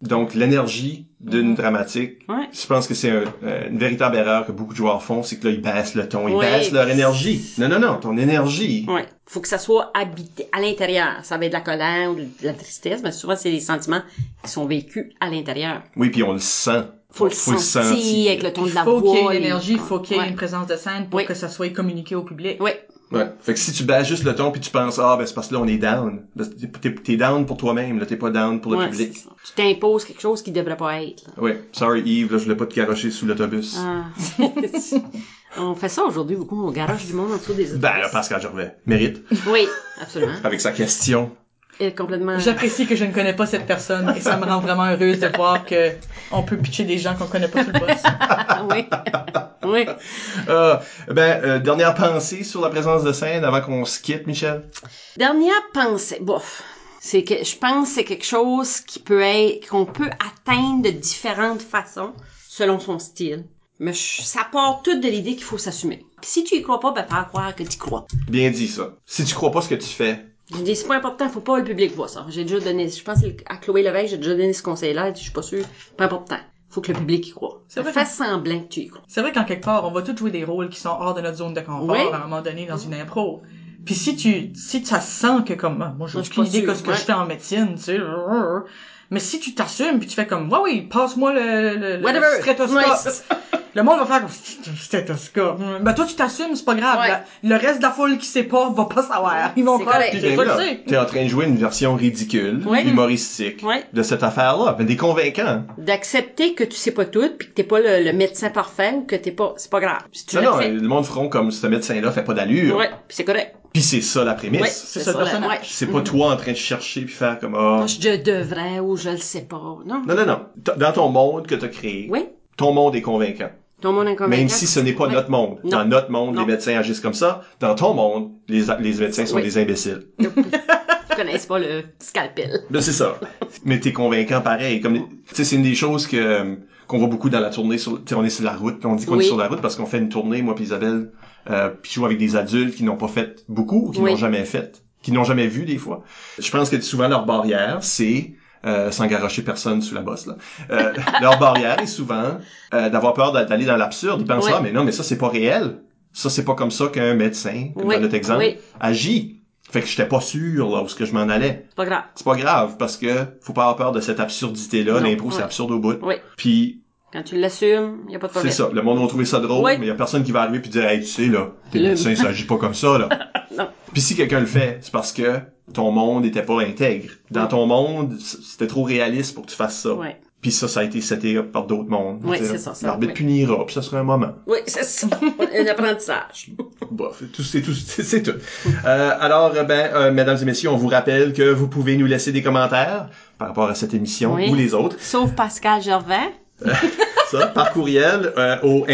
Donc, l'énergie d'une dramatique, Ouais. je pense que c'est un- euh, une véritable erreur que beaucoup de joueurs font, c'est que là, ils baissent le ton, ils Oui. baissent leur énergie. Non, non, non, ton énergie, Ouais. Faut que ça soit habité à l'intérieur. Ça va être de la colère ou de la tristesse, mais souvent, c'est des sentiments qui sont vécus à l'intérieur. Oui, puis on le sent. Faut, le sentir, avec le ton de la faut voix. qu'il y ait les- une énergie, faut qu'il y ait Ouais. une présence de scène pour Oui. que ça soit communiqué au public. Oui. Ouais. Fait que si tu bats juste le ton puis tu penses ah ben c'est parce que là on est down. Ben, t'es- T'es t'es down pour toi-même, là t'es pas down pour le Ouais, public. c'est ça. Tu t'imposes quelque chose qui devrait pas être. là. Ouais. Sorry Yves, là je voulais pas te garocher sous l'autobus. Ah, Ah. on fait ça aujourd'hui beaucoup, on garoche du monde en dessous des autres. Ben là Pascal Gervais mérite Oui, absolument. avec sa question. (laughs) Et complètement. J'apprécie que je ne connais pas cette personne et ça me rend vraiment heureuse de voir que on peut pitcher des gens qu'on connaît pas tout le boss. Ah, (laughs) oui. oui. Euh, ben euh, dernière pensée sur la présence de scène avant qu'on se quitte Michel. Dernière pensée, bof. C'est que je pense que c'est quelque chose qui peut être, qu'on peut atteindre de différentes façons selon son style. Mais je- ça part tout de l'idée qu'il faut s'assumer. Puis si tu y crois pas, ben faire croire que tu crois. Bien dit ça. Si tu crois pas ce que tu fais, Je dis c'est pas important, faut pas que le public voit ça. J'ai déjà donné, je pense que c'est à Chloé Levesque, j'ai déjà donné ce conseil-là, elle dit, je suis pas sûre, pas important. Faut que le public y croit. C'est vrai. Fais semblant que tu y crois. C'est vrai qu'en quelque part, on va tous jouer des rôles qui sont hors de notre zone de confort Oui. à un moment donné dans une impro. Puis si tu si ça sent que comme ah, moi j'ai Moi, je suis aucune pas idée que sûre, ce que ouais. je fais en médecine, tu sais. rrr. Mais si tu t'assumes puis tu fais comme ouais oui, passe-moi le, le, le Whatever. stéthoscope. Ouais, c'est ça. Le monde va faire comme stéthoscope. Ben toi tu t'assumes, c'est pas grave. Ouais. La- le reste de la foule qui sait pas va pas savoir. Ils vont C'est croire correct. que Puis j'ai ben pas le là, sais. t'es en train de jouer une version ridicule, Ouais. humoristique Ouais. de cette affaire-là, ben des convaincants. D'accepter que tu sais pas tout, puis que t'es pas le, le médecin parfait ou que t'es pas, c'est pas grave. Si tu Non non, l'acceptes, le monde feront comme ce médecin-là fait pas d'allure. ouais, puis c'est correct. Puis c'est ça la prémisse. Ouais, c'est ça, le la- personnage. ouais. C'est pas toi en train de chercher puis faire comme ah. Moi, je je devrais ou je le sais pas. Non. Non non non. T- Dans ton monde que t'as créé, Oui. ton monde est convaincant. Ton monde inconvénient. Même si ce n'est pas Ouais. notre monde. Non. Dans notre monde, Non. les médecins agissent comme ça. Dans ton monde, les, a- les médecins sont Oui. des imbéciles. Ils connaissent pas le scalpel. Ben, c'est ça. Mais t'es convaincant pareil. Comme tu sais, c'est une des choses que euh, qu'on voit beaucoup dans la tournée sur, tu sais, on est sur la route, puis on dit qu'on Oui. est sur la route parce qu'on fait une tournée, moi puis Isabelle, euh, puis je joue avec des adultes qui n'ont pas fait beaucoup, ou qui Oui. n'ont jamais fait, qui n'ont jamais vu des fois. Je pense que souvent leur barrière, c'est euh, sans garrocher personne sous la bosse. Là. (laughs) Euh, leur barrière est souvent euh, d'avoir peur d'a- d'aller dans l'absurde. Ils pensent Oui. ah mais non mais ça c'est pas réel. Ça c'est pas comme ça qu'un médecin, comme Oui. dans notre exemple, Oui. agit. Fait que j'étais pas sûr là où ce que je m'en allais. C'est pas grave. C'est pas grave parce que faut pas avoir peur de cette absurdité là. Non, L'impro oui. c'est absurde au bout. Oui. Puis Quand tu l'assumes, y a pas de c'est problème. ça. Le monde va trouver ça drôle, Oui. mais y a personne qui va arriver puis dire hey tu sais là, t'es Le- médecin ça agit pas comme ça là. (laughs) Non. Puis si quelqu'un le fait, c'est parce que ton monde était pas intègre. Dans ton monde, c- c'était trop réaliste pour que tu fasses ça. Ouais. Puis ça, ça a été seté par d'autres mondes. Oui, Tu sais, c'est ça, ça, L'arbitre oui. punira, puis ça sera un moment. Oui, c'est ça. (laughs) Un apprentissage. Oh, Bof, c'est tout, c'est tout, (laughs) c'est c'est (laughs) tout. Euh, alors, euh, ben, euh, mesdames et messieurs, on vous rappelle que vous pouvez nous laisser des commentaires par rapport à cette émission Oui. ou les autres. Sauf Pascal Gervais. ça, par courriel euh, au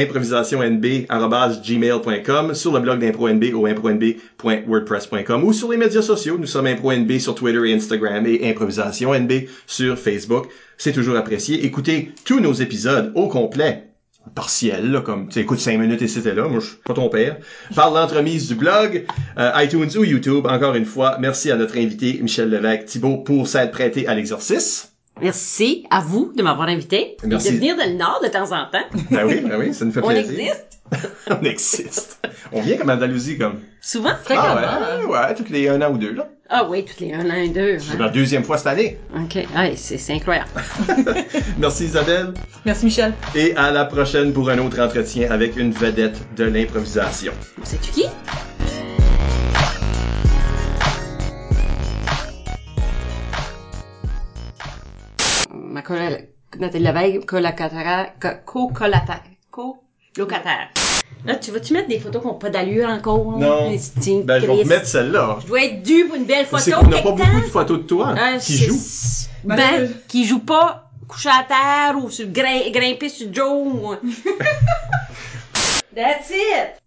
improvisationnb.gmail.com, sur le blog d'ImproNB au impronb.wordpress.com ou sur les médias sociaux. Nous sommes ImproNB sur Twitter et Instagram et ImprovisationNB sur Facebook. C'est toujours apprécié. Écoutez tous nos épisodes au complet partiel, là, comme, tu sais, écoute 5 minutes et c'était là, moi, je suis pas ton père, par l'entremise du blog, euh, iTunes ou YouTube, encore une fois, merci à notre invité, Michel Levesque Thibault, pour s'être prêté à l'exercice. Merci à vous de m'avoir invité. Merci. De venir dans le Nord de temps en temps. Ben oui, ben oui, ça nous fait On plaisir. existe. (laughs) On existe. On vient comme Andalousie, comme. Souvent. Ah ouais, hein? ouais, toutes les un an ou deux, là. Ah oui, toutes les un an et deux. C'est hein. la deuxième fois cette année. OK. Ah, c'est c'est incroyable. Merci Isabelle. Merci Michel. Et à la prochaine pour un autre entretien avec une vedette de l'improvisation. C'est qui? Ma collègue, Nathalie Lavaille, colocataire, co- co-colata- co-locataire. Là, tu vas-tu mettre des photos qui n'ont pas d'allure encore? Non. Les petits Ben, je vais Chris. vous mettre celle-là. Je dois être due pour une belle photo. C'est qu'on n'a pas quelque beaucoup de temps. photos de toi Ah, qui c'est- jouent. Ben, qui joue pas couché à terre ou sur, grim- grimper sur Joe. That's it!